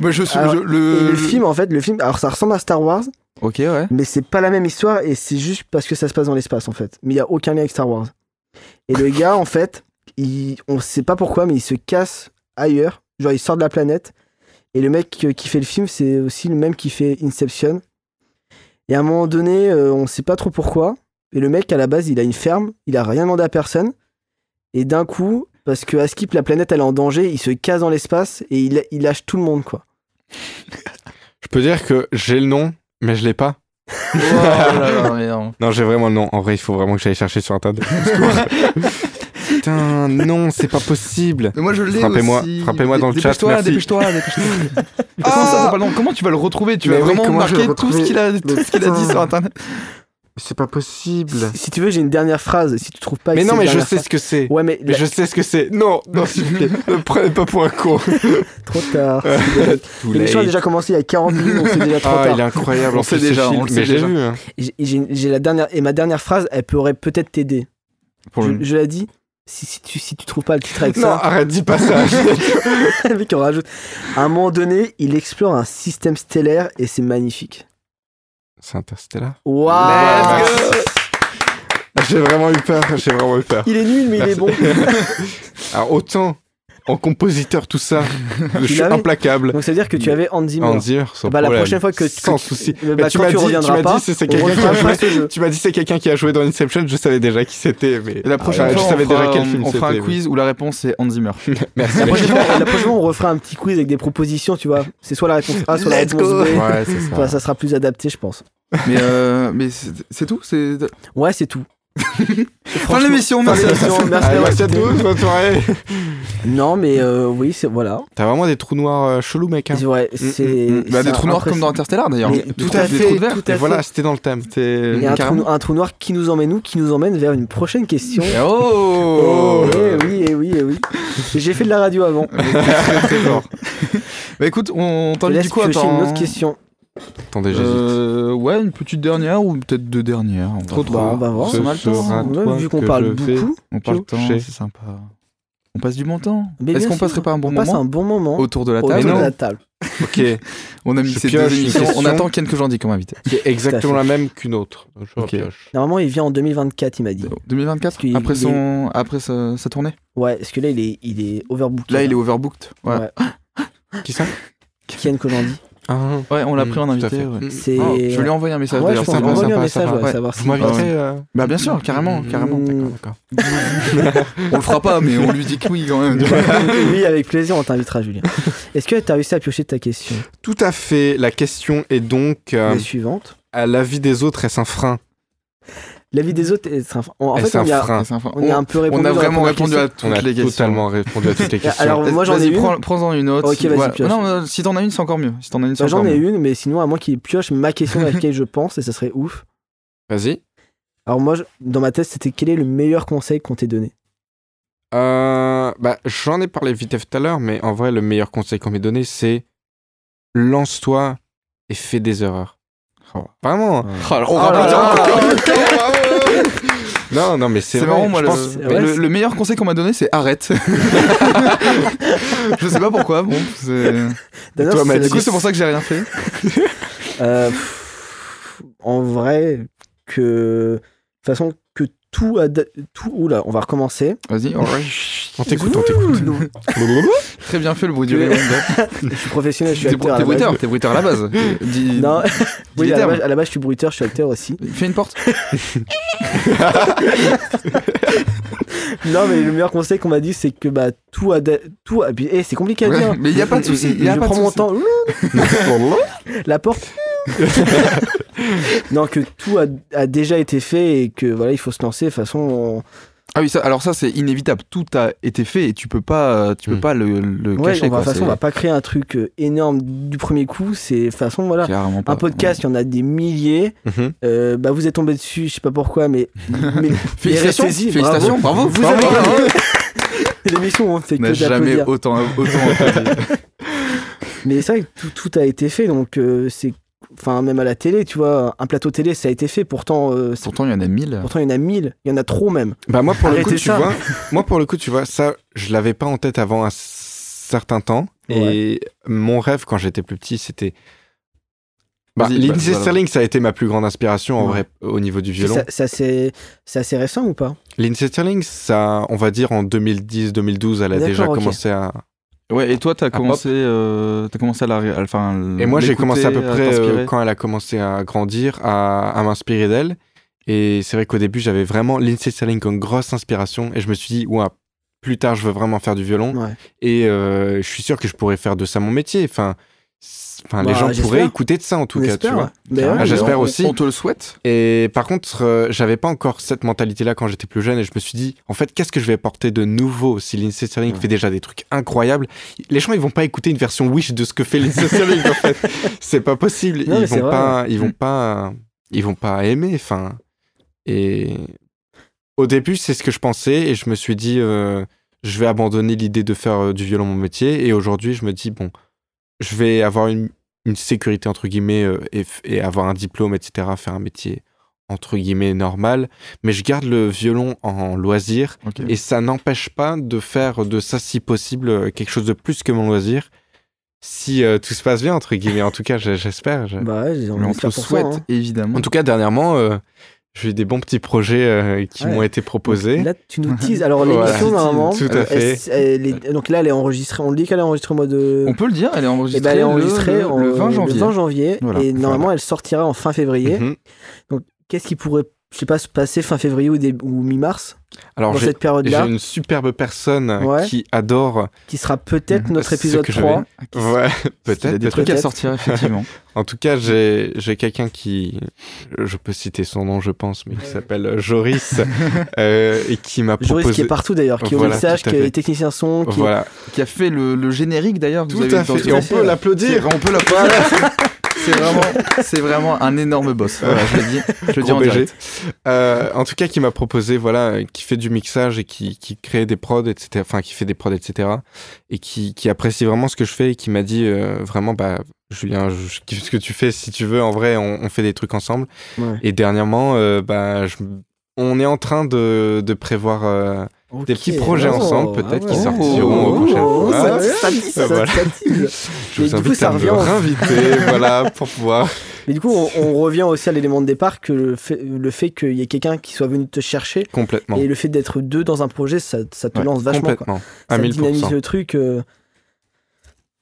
Bah, je suis. Alors, je- Et le... le film, en fait, le film. Alors, ça ressemble à Star Wars, Ok, ouais. mais c'est pas la même histoire et c'est juste parce que ça se passe dans l'espace en fait. Mais il y a aucun lien avec Star Wars. Et le gars en fait, il, on sait pas pourquoi, mais il se casse ailleurs. Genre il sort de la planète. Et le mec euh, qui fait le film, c'est aussi le même qui fait Inception. Et à un moment donné, euh, on sait pas trop pourquoi. Et le mec à la base, il a une ferme, il a rien demandé à personne. Et d'un coup, parce que à Skip, la planète elle est en danger, il se casse dans l'espace et il, il lâche tout le monde quoi. Je peux dire que j'ai le nom, mais je l'ai pas. [laughs] Oh là là, mais non. [laughs] Non, j'ai vraiment le nom. En vrai, il faut vraiment que j'aille chercher sur un tas de. Putain, non, c'est pas possible. Mais moi je l'ai Frappez-moi- aussi. frappez-moi dans le Dé- chat, Dépêche-toi, merci. dépêche-toi, [laughs] dépêche-toi. Ah comment, ça, t'as pas le nom Comment tu vas le retrouver Tu vas Mais oui, vraiment comment je vais marquer le tout ce qu'il a, tout ce qu'il a dit putain. sur internet. C'est pas possible. Si tu veux, j'ai une dernière phrase. Si tu trouves pas. Mais que non, c'est mais la je dernière sais phrase- ce que c'est. Ouais, mais, Mais la- je sais ce que c'est. Non, non, s'il vous plaît, ne me prenez pas pour un con. trop tard. Too L'émission a late. déjà commencé il y a 40 minutes, donc c'est déjà trop Ah, tard. il est incroyable. On en sait plus, ce déjà, film. on le Mais sait j'ai déjà. vu, hein. J'ai- j'ai- j'ai la dernière et ma dernière phrase, elle pourrait peut-être t'aider. Pour Je, le- je la dis. Si, si tu si tu trouves pas le titre avec Non, ça, [laughs] arrête, dis pas ça. [laughs] le mec on rajoute. À un moment donné, il explore un système stellaire et c'est magnifique. c'est Interstellar. Waouh. Let's J'ai vraiment eu peur. J'ai vraiment eu peur. Il est nul mais il est bon. Alors, Ah, autant en compositeur, tout ça, je suis l'avais implacable. Donc ça veut dire que tu avais Andy En Miller. dire, sans Bah, la problème. prochaine fois que Sans que tu- souci. bah, Mais quand tu m'as dit, tu reviendras m'as pas, dit, c'est- c'est on quelqu'un qui refera a pas joué. ce [laughs] jeu. Tu m'as dit c'est quelqu'un qui a joué dans Inception, je savais déjà qui c'était, mais Et la prochaine Ah, fois, je savais on fera, déjà quel film on fera un c'était, oui. quiz où la réponse est Hans Zimmer. [laughs] Merci. La prochaine, fois, la prochaine fois, on refera un petit quiz avec des propositions, tu vois. C'est soit la réponse A, soit la Let's réponse go. B. Ouais, c'est Enfin, ça sera plus adapté, je pense. mais euh, mais c'est c'est tout. C'est Ouais, [laughs] c'est tout. fin de l'émission. Merci. Merci Ah, Allez, d'avoir merci à écouté. tous, [laughs] bonne soirée. Non, mais euh, oui, c'est voilà. T'as vraiment des trous noirs euh, chelous, mec. hein. C'est vrai. c'est- Mm, mm, mm. Bah, c'est des trous noirs comme dans impressionnant. Interstellar d'ailleurs. Mais Des tout trous- à des fait, trous de verre. tout à Et fait. voilà, c'était dans le thème. Il y a un trou, Carrément. un trou noir qui nous emmène où Qui nous emmène vers une prochaine question. Et Eh Oh, Eh oui, eh oui, eh oui. J'ai fait de la radio avant. Très, très fort. Bah écoute, on Je te t'invite laisse du coup à piocher t'en- une autre question. Attendez, Euh, ouais, une petite dernière ou peut-être deux dernières. On va Trop, voir. trop. Bah, on va voir. Ce Ouais, sera toi vu qu'on que parle je vais beaucoup, On parle de temps, piocher. c'est sympa. On passe du bon temps. Mais Est-ce bien qu'on sûr, passerait pas un bon on passe moment un bon moment autour de la autour table de non. la table. Ok, qui On a mis Je ces pioche deux une émissions. On question. attend Ken que j'en dis comme invité. est exactement la même qu'une autre. Je Ok. repioche. Normalement, il vient en 2024, il m'a dit. 2024 Parce qu'il- après il son après sa, sa tournée. Ouais, parce que là, il est, il est overbooké. Là, il est overbooked. Ouais. Ouais. Qui ça Kian Kojandi. Ah, Ouais, on l'a mm, pris en tout à invité. fait. ouais. Mm. C'est. Oh, je lui ai envoyé un message Ah Ouais, je d'ailleurs. pense sympa, qu'on envoie lui un sympa, message, sympa. ouais, Ouais. savoir si. Vous m'invitez euh, Bah bien sûr, carrément, Mm. carrément. Mm. D'accord. On le fera pas, mais on lui dit que oui quand [laughs] même. [laughs] oui, avec plaisir, on t'invitera, Julien. Est-ce que t'as réussi à piocher ta question Tout à fait. La question est donc euh, La suivante. à l'avis des autres, est-ce un frein La vie des autres est. enfin, En en Est-ce fait, un on y a, frein C'est sympa. on y a un peu répondu. On a dans la vraiment première répondu à question. toutes On a les questions. totalement répondu à [laughs] toutes les questions. Alors, moi, j'en ai Vas-y, une. prends- Prends-en une autre. Ok, vas-y, Ouais. pioche. Non, euh, si t'en as une, c'est encore mieux. Si t'en as une, c'est Bah, encore J'en ai mieux. une, mais sinon, à moins qu'il pioche ma question à laquelle je pense, et ça serait ouf. Vas-y. Alors, moi, je- dans ma tête, c'était quel est le meilleur conseil qu'on t'ait donné Euh, bah, j'en ai parlé vite fait tout à l'heure, mais en vrai, le meilleur conseil qu'on m'ait donné, c'est lance-toi et fais des erreurs. Vraiment hein. Oh, alors, on Oh va là pas- là. Non, non, mais c'est C'est vrai, marrant, moi, je le, pense- ouais, le- c'est- le meilleur conseil qu'on m'a donné, c'est [laughs] arrête. je sais pas pourquoi, bon. c'est- D'ailleurs, toi, c'est Mathis. la Du coup, c'est pour ça que j'ai rien fait. Euh, pff, en vrai, que. De toute façon, que tout. ada- tout oula, on va recommencer. Vas-y, alright. On t'écoute, on t'écoute. Très bien fait le bruit du Que- Léon. Je suis professionnel, [laughs] je suis T'es t'es acteur. à la base. bruiteur, t'es bruiteur à la [laughs] base. Dis- Non, dis oui, les à la, termes. base, à la base, je suis bruiteur, je suis acteur aussi. Fais une porte. Non, mais le meilleur conseil qu'on m'a dit, c'est que bah, tout. ada- tout et puis, eh, c'est compliqué à Ouais, dire. mais [laughs] y a pas de souci, [laughs] Je- y a je pas de prends mon souci. temps. [laughs] [laughs] La porte. non, que tout a, a déjà été fait et que voilà, il faut se lancer. De toute façon, on- Ah oui, ça, alors ça, c'est inévitable. Tout a été fait et tu peux pas, euh, tu peux Mm. pas le, le ouais, cacher. on va, de quoi, toute façon, on va pas créer un truc euh, énorme du premier coup. C'est de toute façon, voilà. c'est clairement pas- Un podcast, il y en a des milliers. Mhm. Euh, bah, vous êtes tombé dessus, je sais pas pourquoi, mais. [laughs] mais Félicitations, mais restez-y, félicitations, bravo. Vous bravo, avez bravo. [laughs] L'émission, on fait On n'a que jamais d'applaudir. autant, [laughs] autant applaudi. Mais c'est vrai que tout, tout a été fait, donc euh, c'est. Enfin, même à la télé, tu vois, un plateau télé, ça a été fait. Pourtant, euh, c'est- Pourtant, il y en a mille. pourtant, il y en a mille. Il y en a trop même. Bah, moi, pour le Arrêtez coup, tu [laughs] ça. vois, moi, pour le coup, tu vois, ça, je l'avais pas en tête avant un certain temps. Et mon rêve, quand j'étais plus petit, c'était. Bah, Vas-y, bah, Lindsay voilà. Sterling, ça a été ma plus grande inspiration, en Ouais. vrai, au niveau du C'est violon. ça- ça, c'est c'est assez récent ou pas Lindsay Sterling, ça, on va dire en 2010-2012, elle a D'accord, déjà ok. commencé à. Ouais, et toi, t'as pop. commencé, euh, t'as commencé à la, ré- à- enfin, Et moi, j'ai l'écouter, commencé à peu près euh, t'inspirer. quand elle a commencé à grandir, à, à m'inspirer d'elle. Et c'est vrai qu'au début, j'avais vraiment Lindsay Sterling comme grosse inspiration. Et je me suis dit, ouais, plus tard, je veux vraiment faire du violon. Ouais. Et euh, je suis sûr que je pourrais faire de ça mon métier. Enfin, Enfin, les Bah, gens j'espère. pourraient écouter de ça en tout On cas, espère, tu vois. ouais. Mais ouais, Ah, j'espère on- aussi. On te le souhaite. Et par contre, euh, j'avais pas encore cette mentalité-là quand j'étais plus jeune et je me suis dit, en fait, qu'est-ce que je vais apporter de nouveau si Lindsay Sterling fait déjà des trucs incroyables Les gens, ils vont pas écouter une version Wish de ce que fait Lindsay [laughs] Sterling, en fait. C'est pas possible. Non, mais ils, c'est vont vrai, pas, ils, vont pas, ils vont pas aimer, enfin. Et au début, c'est ce que je pensais et je me suis dit, euh, je vais abandonner l'idée de faire euh, du violon mon métier. Et aujourd'hui, je me dis, bon, je vais avoir une, une sécurité, entre guillemets, euh, et, f- et avoir un diplôme, etc., faire un métier, entre guillemets, normal. Mais je garde le violon en loisir et ça n'empêche pas de faire de ça, si possible, euh, quelque chose de plus que mon loisir. Si euh, tout se passe bien, entre guillemets, en tout cas, j'- j'espère. je- Bah ouais, j'ai Mais envie on de te le faire pour toi. souhaite, hein. évidemment. En tout cas, dernièrement, euh, j'ai eu des bons petits projets euh, qui Ouais. m'ont été proposés. Là, tu [laughs] nous teases. Alors, l'émission, Voilà. normalement. Tout à elle- fait. elle est- donc là, elle est enregistrée. On le dit qu'elle est enregistrée au mois de. On peut le dire, elle est Eh enregistrée, ben, elle est le- enregistrée le, en- le 20 janvier. janvier, Voilà. et normalement, elle sortira en fin février. Mhm. Qu'est-ce qui pourrait, je sais pas, se passer fin février ou, dé- ou mi-mars Alors, dans j'ai cette période-là, j'ai une superbe personne euh, Ouais. qui adore. qui sera peut-être Mhm. notre Mm, Ce épisode que je 3. vais- Ouais, Il y a peut-être. des trucs à peut-être. sortir, effectivement. En tout cas, j'ai j'ai quelqu'un qui, je peux citer son nom, je pense, mais qui s'appelle Joris euh, et qui m'a Joris qui proposé. est partout d'ailleurs, qui est au Voilà, mixage, tout à qui fait. est technicien son, qui est- Voilà, [laughs] qui a fait le, le générique d'ailleurs. que vous tout avez à vu dans fait. ce- Et on fait, peut ouais. C'est l'applaudir. hein. vrai, on peut l'applaudir. [laughs] c'est vraiment, c'est vraiment un énorme boss. Voilà, je le dis, je le dis Gros en BG. direct. Euh, en tout cas, qui m'a proposé, voilà, euh, qui fait du mixage et qui, qui crée des prods, etc. Enfin, qui fait des prods, etc. Et qui, qui apprécie vraiment ce que je fais et qui m'a dit euh, vraiment, bah, Julien, je, je kiffe ce que tu fais. Si tu veux, en vrai, on, on fait des trucs ensemble. Ouais. Et dernièrement, euh, bah, je- on est en train de, de prévoir. euh, Des Ok, petits projets oh, ensemble, peut-être, ah qui ouais. sortiront Oh, aux prochaines oh, fois. ça- Ah, ça tease, ça- voilà. ça [laughs] tease. Je Mais vous du invite coup, ça à me revient en- réinviter, [laughs] voilà, pour pouvoir. Mais du coup, on, on revient aussi à l'élément de départ que le fait, le fait qu'il y ait quelqu'un qui soit venu te chercher Complètement. et le fait d'être deux dans un projet, ça, ça te Ouais, lance vachement. Quoi. Complètement. Ça À dynamise 1000%. le truc. euh.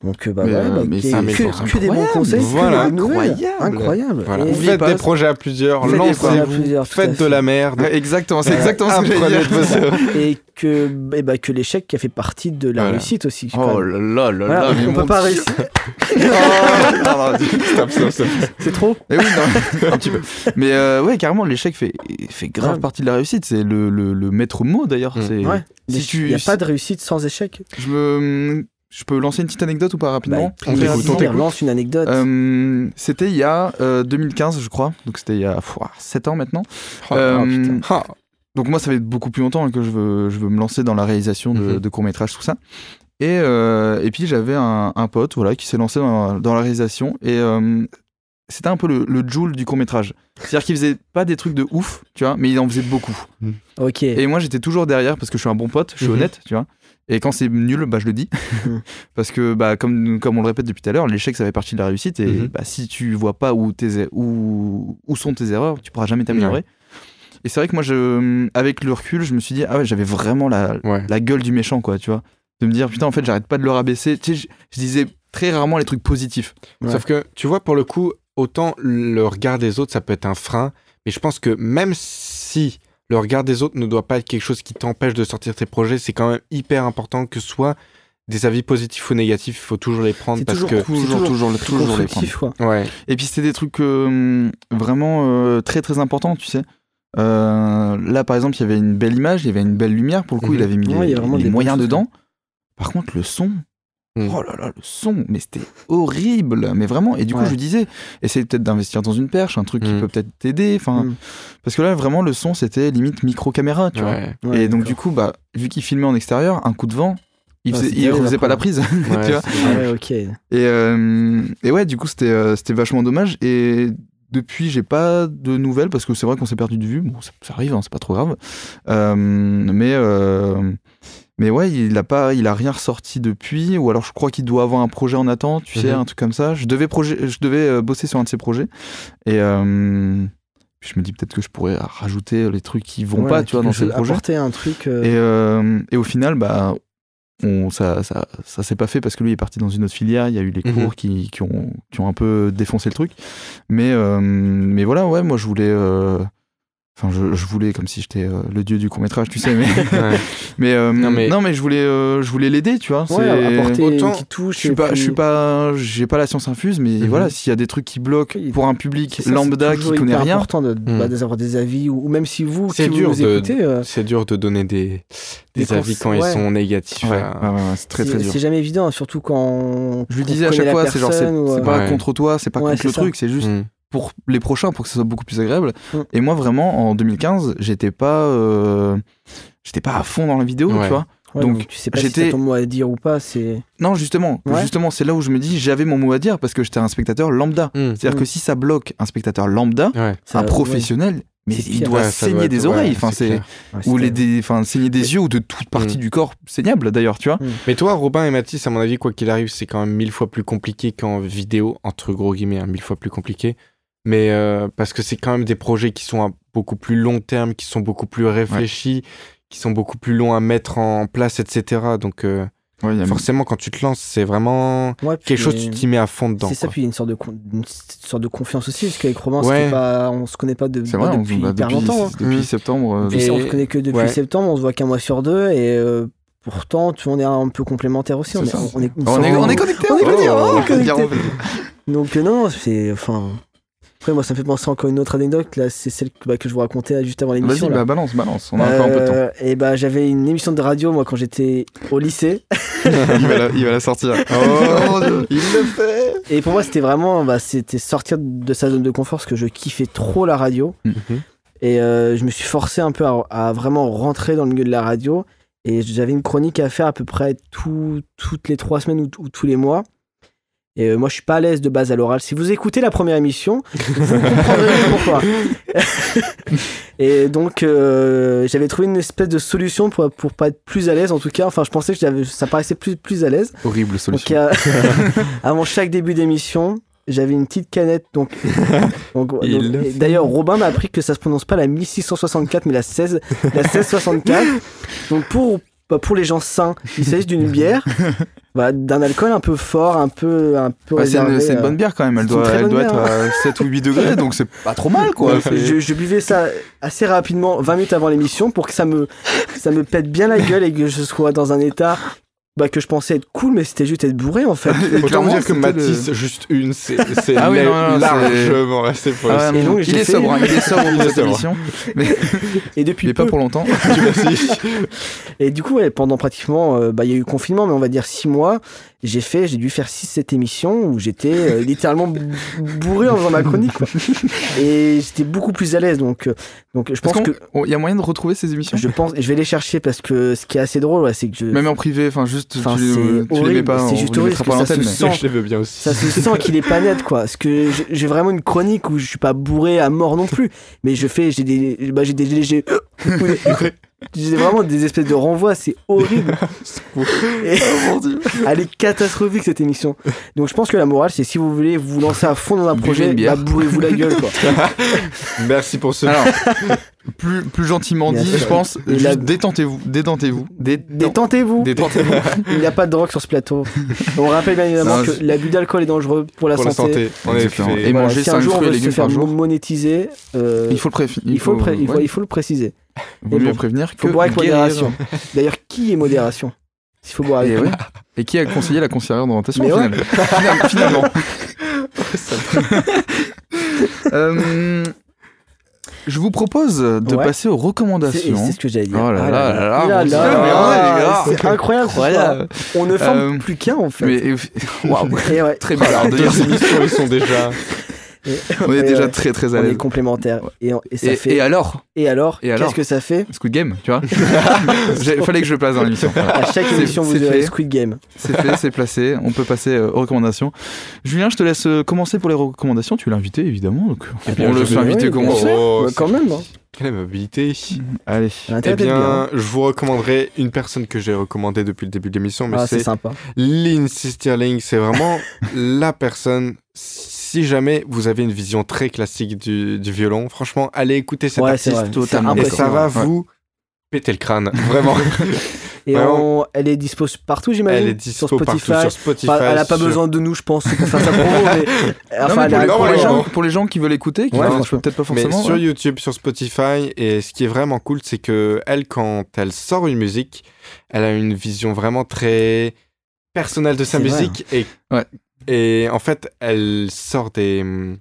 Donc, euh, bah, Mais, voilà, euh, bah, mais que, ça, mais que- c'est que des bons incroyable. conseils. que Voilà, des nouvelles. incroyable. Incroyable. Voilà. Et- Oubliez Faites pas des ça. projets à plusieurs, Faites des projets à lancez-vous, plusieurs, tout à faites de fait. la merde. Ouais, Exactement, c'est Euh, exactement ce que j'allais apprenez dire. [laughs] de vos erreurs. et que, eh ben, que l'échec qui a fait partie de la Voilà. réussite aussi. quand Oh même. là là là Voilà, là, mais on mon peut pas Dieu. réussir. Oh, pardon, dis- Stop, stop, stop. C'est trop. Mais Eh oui, non, [laughs] un petit peu. Mais euh, ouais, carrément, l'échec fait, fait grave Ouais. partie de la réussite. C'est le, le, le maître mot d'ailleurs. Mm. C'est Ouais. Si Mais tu- Il n'y a si- pas de réussite sans échec. Je me, je peux lancer une petite anecdote ou pas rapidement Bah, On t'écoute, plaisir, on t'écoute. Lance une anecdote. Euh, C'était il y a euh, 2015, je crois. Donc c'était il y a 7 ans maintenant. Oh, Euh, putain. Ah, Donc moi, ça fait beaucoup plus longtemps hein, que je veux, je veux me lancer dans la réalisation de, Mhm. de courts-métrages, tout ça. Et, euh, et puis j'avais un, un pote voilà, qui s'est lancé dans, dans la réalisation. Et euh, c'était un peu le, le Joule du court-métrage. C'est-à-dire qu'il faisait pas des trucs de ouf, tu vois, mais il en faisait beaucoup. ok. Et moi, j'étais toujours derrière parce que je suis un bon pote, je suis Mhm. honnête, tu vois. Et quand c'est nul, bah, je le dis. [laughs] parce que, bah, comme, comme on le répète depuis tout à l'heure, l'échec, ça fait partie de la réussite. Et Mhm. bah, si tu vois pas où, tes, où, où sont tes erreurs, tu pourras jamais t'améliorer. Et c'est vrai que moi, je, avec le recul, je me suis dit, ah ouais, j'avais vraiment la, ouais. la gueule du méchant, quoi, tu vois. De me dire, putain, en fait, j'arrête pas de le rabaisser. Tu sais, je, je disais très rarement les trucs positifs. Ouais. Sauf que, tu vois, pour le coup, autant le regard des autres, ça peut être un frein, mais je pense que même si le regard des autres ne doit pas être quelque chose qui t'empêche de sortir tes projets, c'est quand même hyper important que ce soit des avis positifs ou négatifs, il faut toujours les prendre C'est parce toujours que... cool. toujours- toujours, toujours les prendre. constructif, quoi. Ouais, Et puis c'était des trucs euh, vraiment euh, très très importants, tu sais. Euh, là par exemple, il y avait une belle image, il y avait une belle lumière, pour le coup, Mhm. il avait mis Ouais, les- il y a vraiment les des bonnes moyens choses, dedans. Par contre, le son. Mhm. Oh là là, le son, mais c'était horrible, mais vraiment. Et du coup, Ouais. je lui disais, essaye peut-être d'investir dans une perche, un truc qui Mhm. peut peut-être t'aider. Enfin, Mhm. parce que là, vraiment, le son, c'était limite micro caméra, tu vois. ouais, Ouais, et donc d'accord. du coup, bah, vu qu'il filmait en extérieur, un coup de vent, il, Ah, faisait, c'est il terrible faisait pas après. la prise, tu ouais, vois. c'est- Ah ouais, ok. Et, euh, et ouais, du coup, c'était euh, c'était vachement dommage. Et depuis, j'ai pas de nouvelles parce que c'est vrai qu'on s'est perdu de vue. Bon, ça, ça arrive, hein, c'est pas trop grave. Euh, mais, euh, mais ouais, il a, pas, il a rien ressorti depuis. Ou alors, je crois qu'il doit avoir un projet en attente, tu sais, Mhm. un truc comme ça. Je devais, projet, je devais euh, bosser sur un de ses projets. Et. euh, puis je me dis peut-être que je pourrais rajouter les trucs qui vont Ouais, pas, tu vois, dans quelque ces chose- projets. Apporter un truc. euh, Et, euh, et au final, bah, on, ça, ça, ça s'est pas fait parce que lui est parti dans une autre filière. Il y a eu les Mhm. cours qui, qui ont, qui ont un peu défoncé le truc. Mais, euh, mais voilà, ouais, moi je voulais. euh, Enfin, je, je voulais comme si j'étais euh, le dieu du court métrage, tu sais. Mais, [laughs] Ouais. mais, euh, Non, mais- non, mais je voulais, euh, je voulais l'aider, tu vois. Ouais, c'est- apporter autant- une petite touche. je suis et pas, je puis- suis pas, j'ai pas la science infuse, mais Mhm. voilà, s'il y a des trucs qui bloquent Oui, pour un public C'est ça, c'est lambda qui toujours connaît hyper rien, important de- bah, Hmm. d'avoir des avis, ou, ou même si vous, C'est qui vous dur nous de- écoutez, euh, C'est dur de donner des, des, Des avis conseils, quand ils ouais. sont négatifs. Ouais, hein. ouais, ouais, ouais, c'est très très c'est- dur. c'est jamais évident, surtout quand. Je lui qu'on disais à connaît chaque la fois, c'est genre, c'est personne, ou, c'est euh, pas Ouais. contre toi, c'est pas Ouais, contre c'est le ça. truc, c'est juste Mm. pour les prochains, pour que ce soit beaucoup plus agréable. Mm. Et moi, vraiment, en 2015, j'étais pas, euh, j'étais pas à fond dans la vidéo, Ouais. tu vois. ouais, donc, donc tu sais pas si j'étais- t'as ton mot à dire ou pas, c'est. Non, justement, Ouais. justement, c'est là où je me dis, j'avais mon mot à dire parce que j'étais un spectateur lambda. Mm. C'est-à-dire Mm. que si ça bloque un spectateur lambda, Ouais. ça- un professionnel, mais C'est il pire. doit Ouais, ça saigner doit être- des ouais, oreilles. Enfin, c'est clair. ouais, ou les c'était- des, enfin, saigner des yeux ou de toute Mm. partie du corps saignable d'ailleurs, tu vois. Mais toi, Robin et Mathis, à mon avis, quoi qu'il arrive, c'est quand même mille fois plus compliqué qu'en vidéo, entre gros guillemets, hein, mille fois plus compliqué. Mais euh, parce que c'est quand même des projets qui sont à beaucoup plus long terme, qui sont beaucoup plus réfléchis, qui sont beaucoup plus longs à mettre en place, etc. Donc euh, Ouais, il y a- forcément, quand tu te lances, c'est vraiment Ouais, puis- quelque chose, tu t'y mets à fond dedans. C'est ça, quoi. puis il y a une sorte de, con- une sorte de confiance aussi, parce qu'avec Romain, Ouais. c'était pas- on se connaît pas de, c'est bah, vrai, on- depuis bah, hyper depuis, longtemps. hein. depuis Mm. septembre. euh, Puis Et- ça, on se connaît que depuis ouais. septembre, on se voit qu'un mois sur deux, et euh, pourtant, tu vois, on est un peu complémentaires aussi. On C'est est, ça. on est, une on, sorte est, de- on est connectés, on est on peut connectés, dire, on est on peut dire, on connectés. peut dire. Donc euh, non, c'est enfin. Après moi ça me fait penser encore à une autre anecdote. Là c'est celle que, bah, que je vous racontais juste avant l'émission. Vas-y, bah, là. balance, balance. On a encore un peu de temps. Et bah j'avais une émission de radio moi quand j'étais au lycée. il, va la, il va la sortir. Oh, il le fait. Et pour moi c'était vraiment bah, c'était sortir de sa zone de confort parce que je kiffais trop la radio. Mhm. Et euh, je me suis forcé un peu à, à vraiment rentrer dans le milieu de la radio. Et j'avais une chronique à faire à peu près tout- toutes les trois semaines ou, ou tous les mois. Et euh, moi, je suis pas à l'aise de base à l'oral. Si vous écoutez la première émission, vous comprendrez pourquoi. [laughs] et donc, euh, j'avais trouvé une espèce de solution pour, pour pas être plus à l'aise, en tout cas. Enfin, je pensais que j'avais- ça paraissait plus, plus à l'aise. Horrible Donc, solution. à- [laughs] avant chaque début d'émission, j'avais une petite canette. [laughs] Donc, donc- donc- Il le et d'ailleurs, Robin m'a appris que ça se prononce pas la 1664, mais la 16, la 1664. Donc, pour bah, pour les gens sains, il s'agit d'une [laughs] bière, bah, d'un alcool un peu fort, un peu un peu Bah, c'est une, réservé, c'est une euh. bonne bière quand même, elle c'est une doit, très elle bonne doit être bière, à 7 ou 8 degrés, donc c'est pas trop mal quoi. C'est- Je, je buvais ça assez rapidement, 20 minutes avant l'émission, pour que ça me, ça me pète bien la gueule et que je sois dans un état bah, que je pensais être cool, mais c'était juste être bourré [laughs] en fait. Et Autant euh, clairement, dire que c'était Mathis, le- juste une, c'est c'est Ah oui, non, non, non, largement resté pour Ah, le Et non, donc, il j'ai est fait- sobre, hein, il est sobre Il pour est cette sobre. émission, mais, Et il depuis est pas peu, pour longtemps. Et du coup, ouais, pendant pratiquement, euh, bah, il y a eu le confinement, mais on va dire six mois, j'ai fait, j'ai dû faire six, sept émissions où j'étais euh, [laughs] littéralement b- bourré en faisant ma chronique. quoi. Et j'étais beaucoup plus à l'aise. Donc, euh, donc je Parce pense qu'on- [laughs] que on- Il y a moyen de retrouver ces émissions je pense, je vais les chercher parce que ce qui est assez drôle, ouais, c'est que je, Même en privé, enfin juste Enfin, tu, les- c'est tu les mets horrible, pas, c'est on juste les horrible, mettra pas à parce que l'antenne. ça se mais- sent. Je les veux bien aussi. ça se sent qu'il est pas net, quoi. Parce que j'ai- j'ai vraiment une chronique où je suis pas bourré à mort non plus, mais je fais, j'ai des, bah, j'ai [laughs] des légers, [laughs] j'ai vraiment des espèces de renvois, c'est [laughs] horrible. Et- Oh, Elle est catastrophique cette émission. Donc je pense que la morale, c'est si vous voulez vous lancer à fond dans un Buvez projet, une bière. bah, bourrez-vous la [laughs] gueule. Quoi. Merci pour [laughs] ce. Alors, plus, plus gentiment Bien dit, sûr. je pense, Et juste la- détentez-vous, détentez-vous, détentez-vous. Détentez-vous. Détentez-vous. Il n'y a pas de drogue sur ce plateau. On rappelle bien évidemment Non, que c'est- l'abus d'alcool est dangereux pour la pour la santé. santé. En Exactement. effet. Et Voilà, manger si 5 un jour on fruits et veut se légumes par faire jour. monétiser, euh, Il faut le prévenir. il faut le pré- il faut- ouais, il faut le préciser. vaut et mieux bon, prévenir faut que boire avec guérir. modération. D'ailleurs, qui est modération S'il faut boire avec Et, ouais. Et qui a conseillé la conseillère d'orientation Mais au ouais. final Final- Finalement. [laughs] Euh, je vous propose de Ouais. passer aux C'est et recommandations. c'est ce que j'allais dire. Oh là Ah là là là, Et mon Dieu, mais ouais, les gars. C'est incroyable. ce soir. Incroyable. On ne forme Euh, plus qu'un en fait. Mais euh, waouh, Et ouais. très bizarre de dire ça. émissions, ils sont déjà. Et- On est et déjà ouais, très très à on est l'aise. complémentaires. Et, on- et ça Et, fait. et alors Et alors, Et alors qu'est-ce que ça fait Squid Game, tu [laughs] vois J'ai- Fallait que je le place dans l'émission. Voilà. À chaque C'est- émission, vous c'est aurez fait. Squid Game. C'est fait, c'est placé. On peut passer euh, aux recommandations. Julien, je te laisse euh, commencer pour les recommandations. Tu l'as invité évidemment. Donc euh, bien, on je laisse vais- l'invité oui, commencer. Oh, Bah, c'est- quand même. Hein. Quelle amabilité. Allez. Elle a Eh intérêt d'être bien. bien, je vous recommanderai une personne que j'ai recommandée depuis le début de l'émission, mais Ah, c'est c'est sympa. Lindsay Stirling. C'est [laughs] vraiment la personne. Si jamais vous avez une vision très classique du, du violon, franchement, allez écouter cette Ouais, c'est artiste. vrai. totalement C'est Et ça impressionnant. va [laughs] Ouais. vous péter le crâne, vraiment. Et Vraiment. on- elle est dispo partout, j'imagine. Elle est Bah sur dispo Spotify. partout sur Spotify. Enfin, elle a pas sur- besoin de nous, je pense, pour [laughs] faire sa promo. mais- Enfin, non, mais pour, les, elle est pour les incroyable. gens, pour les gens qui veulent écouter, qui Ouais, ne franchement. peut-être pas Mais forcément. sur ouais. YouTube, sur Spotify, et ce qui est vraiment cool, c'est que elle, quand elle sort une musique, elle a une vision vraiment très personnelle de sa C'est vrai, hein. musique et Ouais. et en fait, elle sort des hum,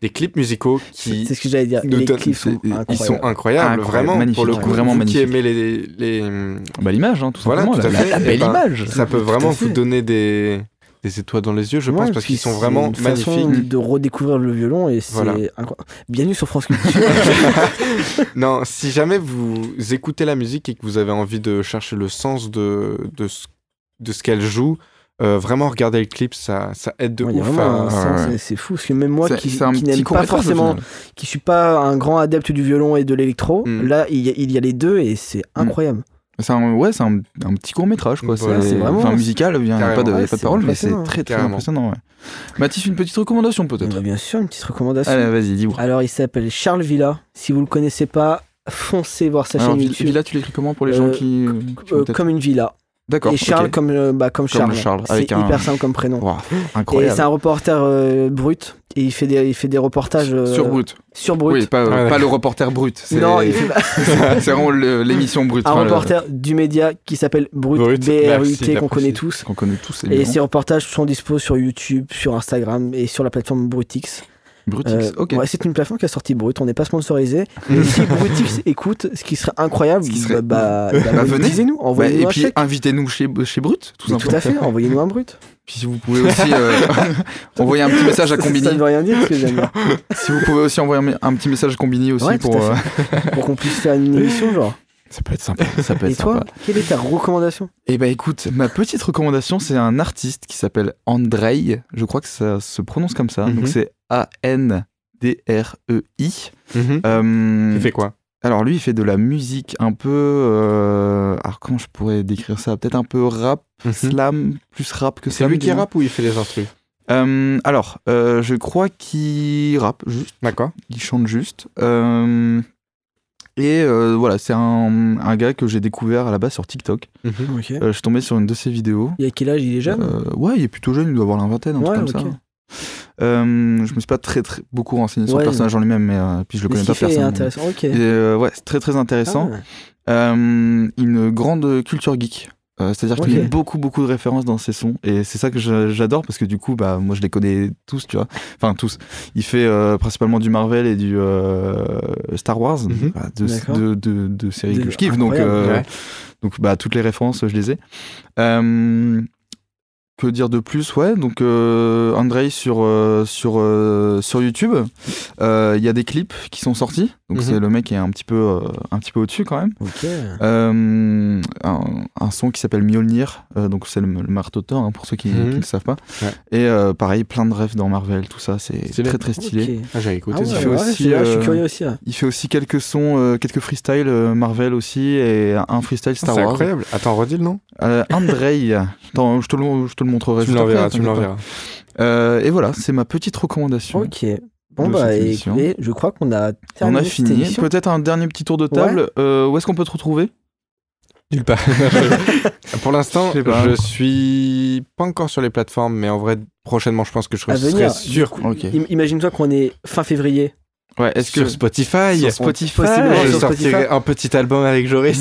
des clips musicaux qui C'est ce que j'allais dire. nous Les donnent- clips sont ils incroyables. sont incroyables, Incroyable, vraiment magnifique, pour le coup, vraiment vous qui magnifique. aimez les, les hum, Bah, l'image, hein, tout Voilà, simplement. tout à la, fait. la Eh Et belle ben, image. ça peut vraiment fait. vous donner des des étoiles dans les yeux, je Ouais, pense, parce puis qu'ils sont c'est vraiment une façon magnifiques. de redécouvrir le violon et c'est Voilà. incroyable. Bienvenue sur France Culture. Non, si jamais vous écoutez la musique et que vous avez envie de chercher le sens de, de, ce, de ce qu'elle joue, euh, vraiment regardez le clip, ça, ça aide de Ouais, il y a ouf. vraiment un à- sens, hein, hein. ouais. c'est- C'est fou, parce que même moi C'est- qui, c'est un qui petit n'aime pas court-métrage, au forcément, final. qui suis pas un grand adepte du violon et de l'électro, Mm. là il y, a, il y a les deux et c'est Mm. incroyable. C'est un, ouais, c'est un, un petit court métrage, quoi. Voilà, c'est c'est vraiment- Enfin, musical, il n'y a pas de, y Carrément. a Ouais, pas de c'est parole, mais c'est impressionnant. très, très Carrément. impressionnant, ouais. Mathis, une petite recommandation, On peut-être aurait bah, bien sûr une petite recommandation. Allez, vas-y, dis-moi. Alors il s'appelle Charles Villa. Si vous le connaissez pas, foncez voir sa chaîne Alors, YouTube. Ah Villa, tu l'écris comment pour les gens Euh, qui. qui ont Euh, peut-être- comme une villa. D'accord. Et Charles ok. comme, euh, bah, comme Comme Charles. Charles, C'est avec un- hyper simple comme prénom. Waouh, Et c'est incroyable. un reporter euh, brut. Et il fait des, il fait des reportages euh, Sur Brut. sur Brut. Oui, pas, Ah ouais. pas le reporter Brut. c'est- Non, il fait [laughs] c'est vraiment le- l'émission Brut. un enfin, le- reporter du média qui s'appelle Brut, Brut, merci BRUT, qu'on d'apprécier. connaît tous. Qu'on connaît tous, Et évidemment. ces reportages sont dispo sur YouTube, sur Instagram et sur la plateforme Brutix. Brutix, Euh, ok. ouais, c'est une plateforme qui a sorti Brut, on n'est [laughs] pas sponsorisé. Mais si Brutix écoute, ce qui serait incroyable, Ce qui serait bah, bah, [laughs] Bah, vous venez. disez-nous, Bah, envoyez-nous et un puis chèque. invitez-nous chez, chez Brut, tout Mais simplement. tout à fait, envoyez-nous un brut. Puis si vous pouvez aussi [laughs] euh, [laughs] envoyer un petit message à Ça- Ça ne Combini. veut rien dire ce que j'aime bien. si vous pouvez aussi envoyer un, un petit message à Combini aussi Ouais, tout pour. à euh, [laughs] Pour qu'on puisse [laughs] faire une émission, genre. Ça peut être sympa. Ça peut Et être toi, sympa. quelle est ta recommandation Eh ben écoute, ma petite recommandation, c'est un artiste qui s'appelle Andrei. Je crois que ça se prononce comme ça. Mhm. Donc c'est A-N-D-R-E-I. Mhm. E Euh, Tu fais quoi Alors lui, il fait de la musique un peu. euh, Alors comment je pourrais décrire ça Peut-être un peu rap, Mhm. slam, plus rap que Mhm. C'est slam. lui qui dis-moi. rappe ou il fait les instrus Euh, Alors, euh, je crois qu'il rappe juste. D'accord. il chante juste. Euh, et euh, voilà, c'est un, un gars que j'ai découvert à la base sur TikTok. Mhm. Ok. Euh, je suis tombé sur une de ses vidéos. Il y a quel âge Il est jeune Euh, ouais, il est plutôt jeune, il doit avoir la vingtaine, un truc Ouais, comme ok. ça. Euh, je me suis pas très, très beaucoup renseigné sur Ouais. le personnage en lui-même, mais euh, puis je le Mais connais ce pas qu'il fait est personnellement. intéressant. Ok. Et, euh, ouais, c'est très très intéressant. Ah. Euh, une grande culture geek. Euh, C'est-à-dire qu'il y a Ok. beaucoup beaucoup de références dans ses sons et c'est ça que je- j'adore parce que du coup bah moi je les connais tous tu vois enfin tous il fait euh, principalement du Marvel et du euh, Star Wars Mhm. Bah, de, D'accord. de, de- de séries Des- que je kiffe donc incroyable. euh, Ouais. donc bah toutes les références je les ai Euh, que dire de plus ouais donc euh, Andrei sur euh, sur euh, sur YouTube euh, il y a des clips qui sont sortis donc Mhm. c'est le mec qui est un petit peu euh, un petit peu au dessus quand même Ok. euh, un, un son qui s'appelle Mjolnir, euh, donc c'est le, le marteau de Thor hein, pour ceux qui, Mhm. qui ne savent pas. Ouais. Et euh, pareil, plein de rêves dans Marvel, tout ça, c'est Stylé. très très stylé. Ok. Ah, J'avais Ah écouté ouais, ça. fait ouais, aussi, c'est vrai, je euh, suis curieux aussi. ouais. Il fait aussi quelques sons, euh, quelques freestyles euh, Marvel aussi et un freestyle Star Ah, C'est Wars. incroyable. Attends, redis le nom Euh, [laughs] Andrei, Attends, je te le, je te le montrerai. Tu me juste l'enverras, après, tu me t'inquiète l'enverras. pas. Euh, et voilà, c'est ma petite recommandation. Ok. Bon de bah cette émission. écoutez, je crois qu'on a On terminé a cette fini. émission. Peut-être un dernier petit tour de table. Euh, où est-ce qu'on peut te retrouver Nulle [laughs] part. Pour l'instant, Je sais pas. je suis pas encore sur les plateformes, mais en vrai, prochainement, je pense que je À serai venir. sûr Ok. Im- Imagine-toi qu'on est fin février. Ouais. Est-ce que sur Spotify. sur Spotify possiblement je sur sortirai Spotify. un petit album avec Joris.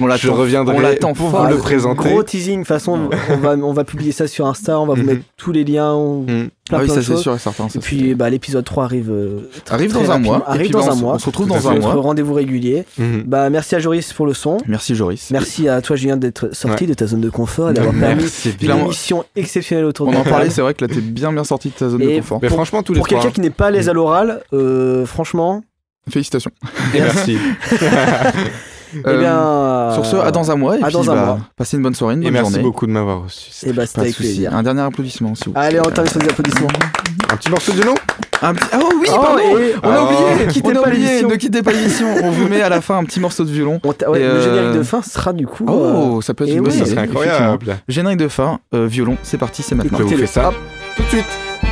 On je reviendrai On l'attend pour fort. vous le Ah, présenter. Gros teasing. De toute façon, on va on va publier ça sur Insta. On va vous Mhm. mettre tous les liens. on- Mhm. Plein, Ah oui, plein ça de c'est choses. sûr et certain. Et ça, c'est- puis bah, l'épisode 3 arrive. euh, tr- arrive très dans un rapidement. mois. et Arrive puis, dans bah, on un se- mois. On se retrouve Tout à dans fait. un notre mois. rendez-vous régulier. Mhm. Bah merci à Joris pour le son. Merci Joris. Merci à toi Julien d'être sorti de ta zone de confort et d'avoir permis Merci une bien. Clairement. émission exceptionnelle autour On de en la parlait, table. c'est vrai que là t'es bien bien sorti de ta zone de Et confort. Mais Pour- franchement, tous les Pour trois. quelqu'un qui n'est pas à l'aise à l'oral, euh, franchement, Félicitations. Et merci. eh Euh, bien. Sur ce, à dans un mois et à puis dans un bah, mois. passez une bonne soirée, une Et bonne merci journée. beaucoup de m'avoir reçu. Et bah c'était Pas de avec soucis. plaisir. Un hein. dernier applaudissement s'il vous plaît. Allez, on termine sur des applaudissements. Un petit morceau de violon Un petit- Oh oui, pardon. Oh, et- On a Oh. oublié, Quittez On a pas oublié, l'émission. ne quittez pas l'émission. [laughs] On vous met à la fin un petit morceau de violon. on t'a- ouais, Et, Le euh, générique de fin sera du coup. euh, Oh, ça peut être et une oui, bonne Ça c'est idée, serait effectivement. incroyable. Générique de fin, euh, violon, c'est parti, c'est Je maintenant. vous fais ça tout de suite.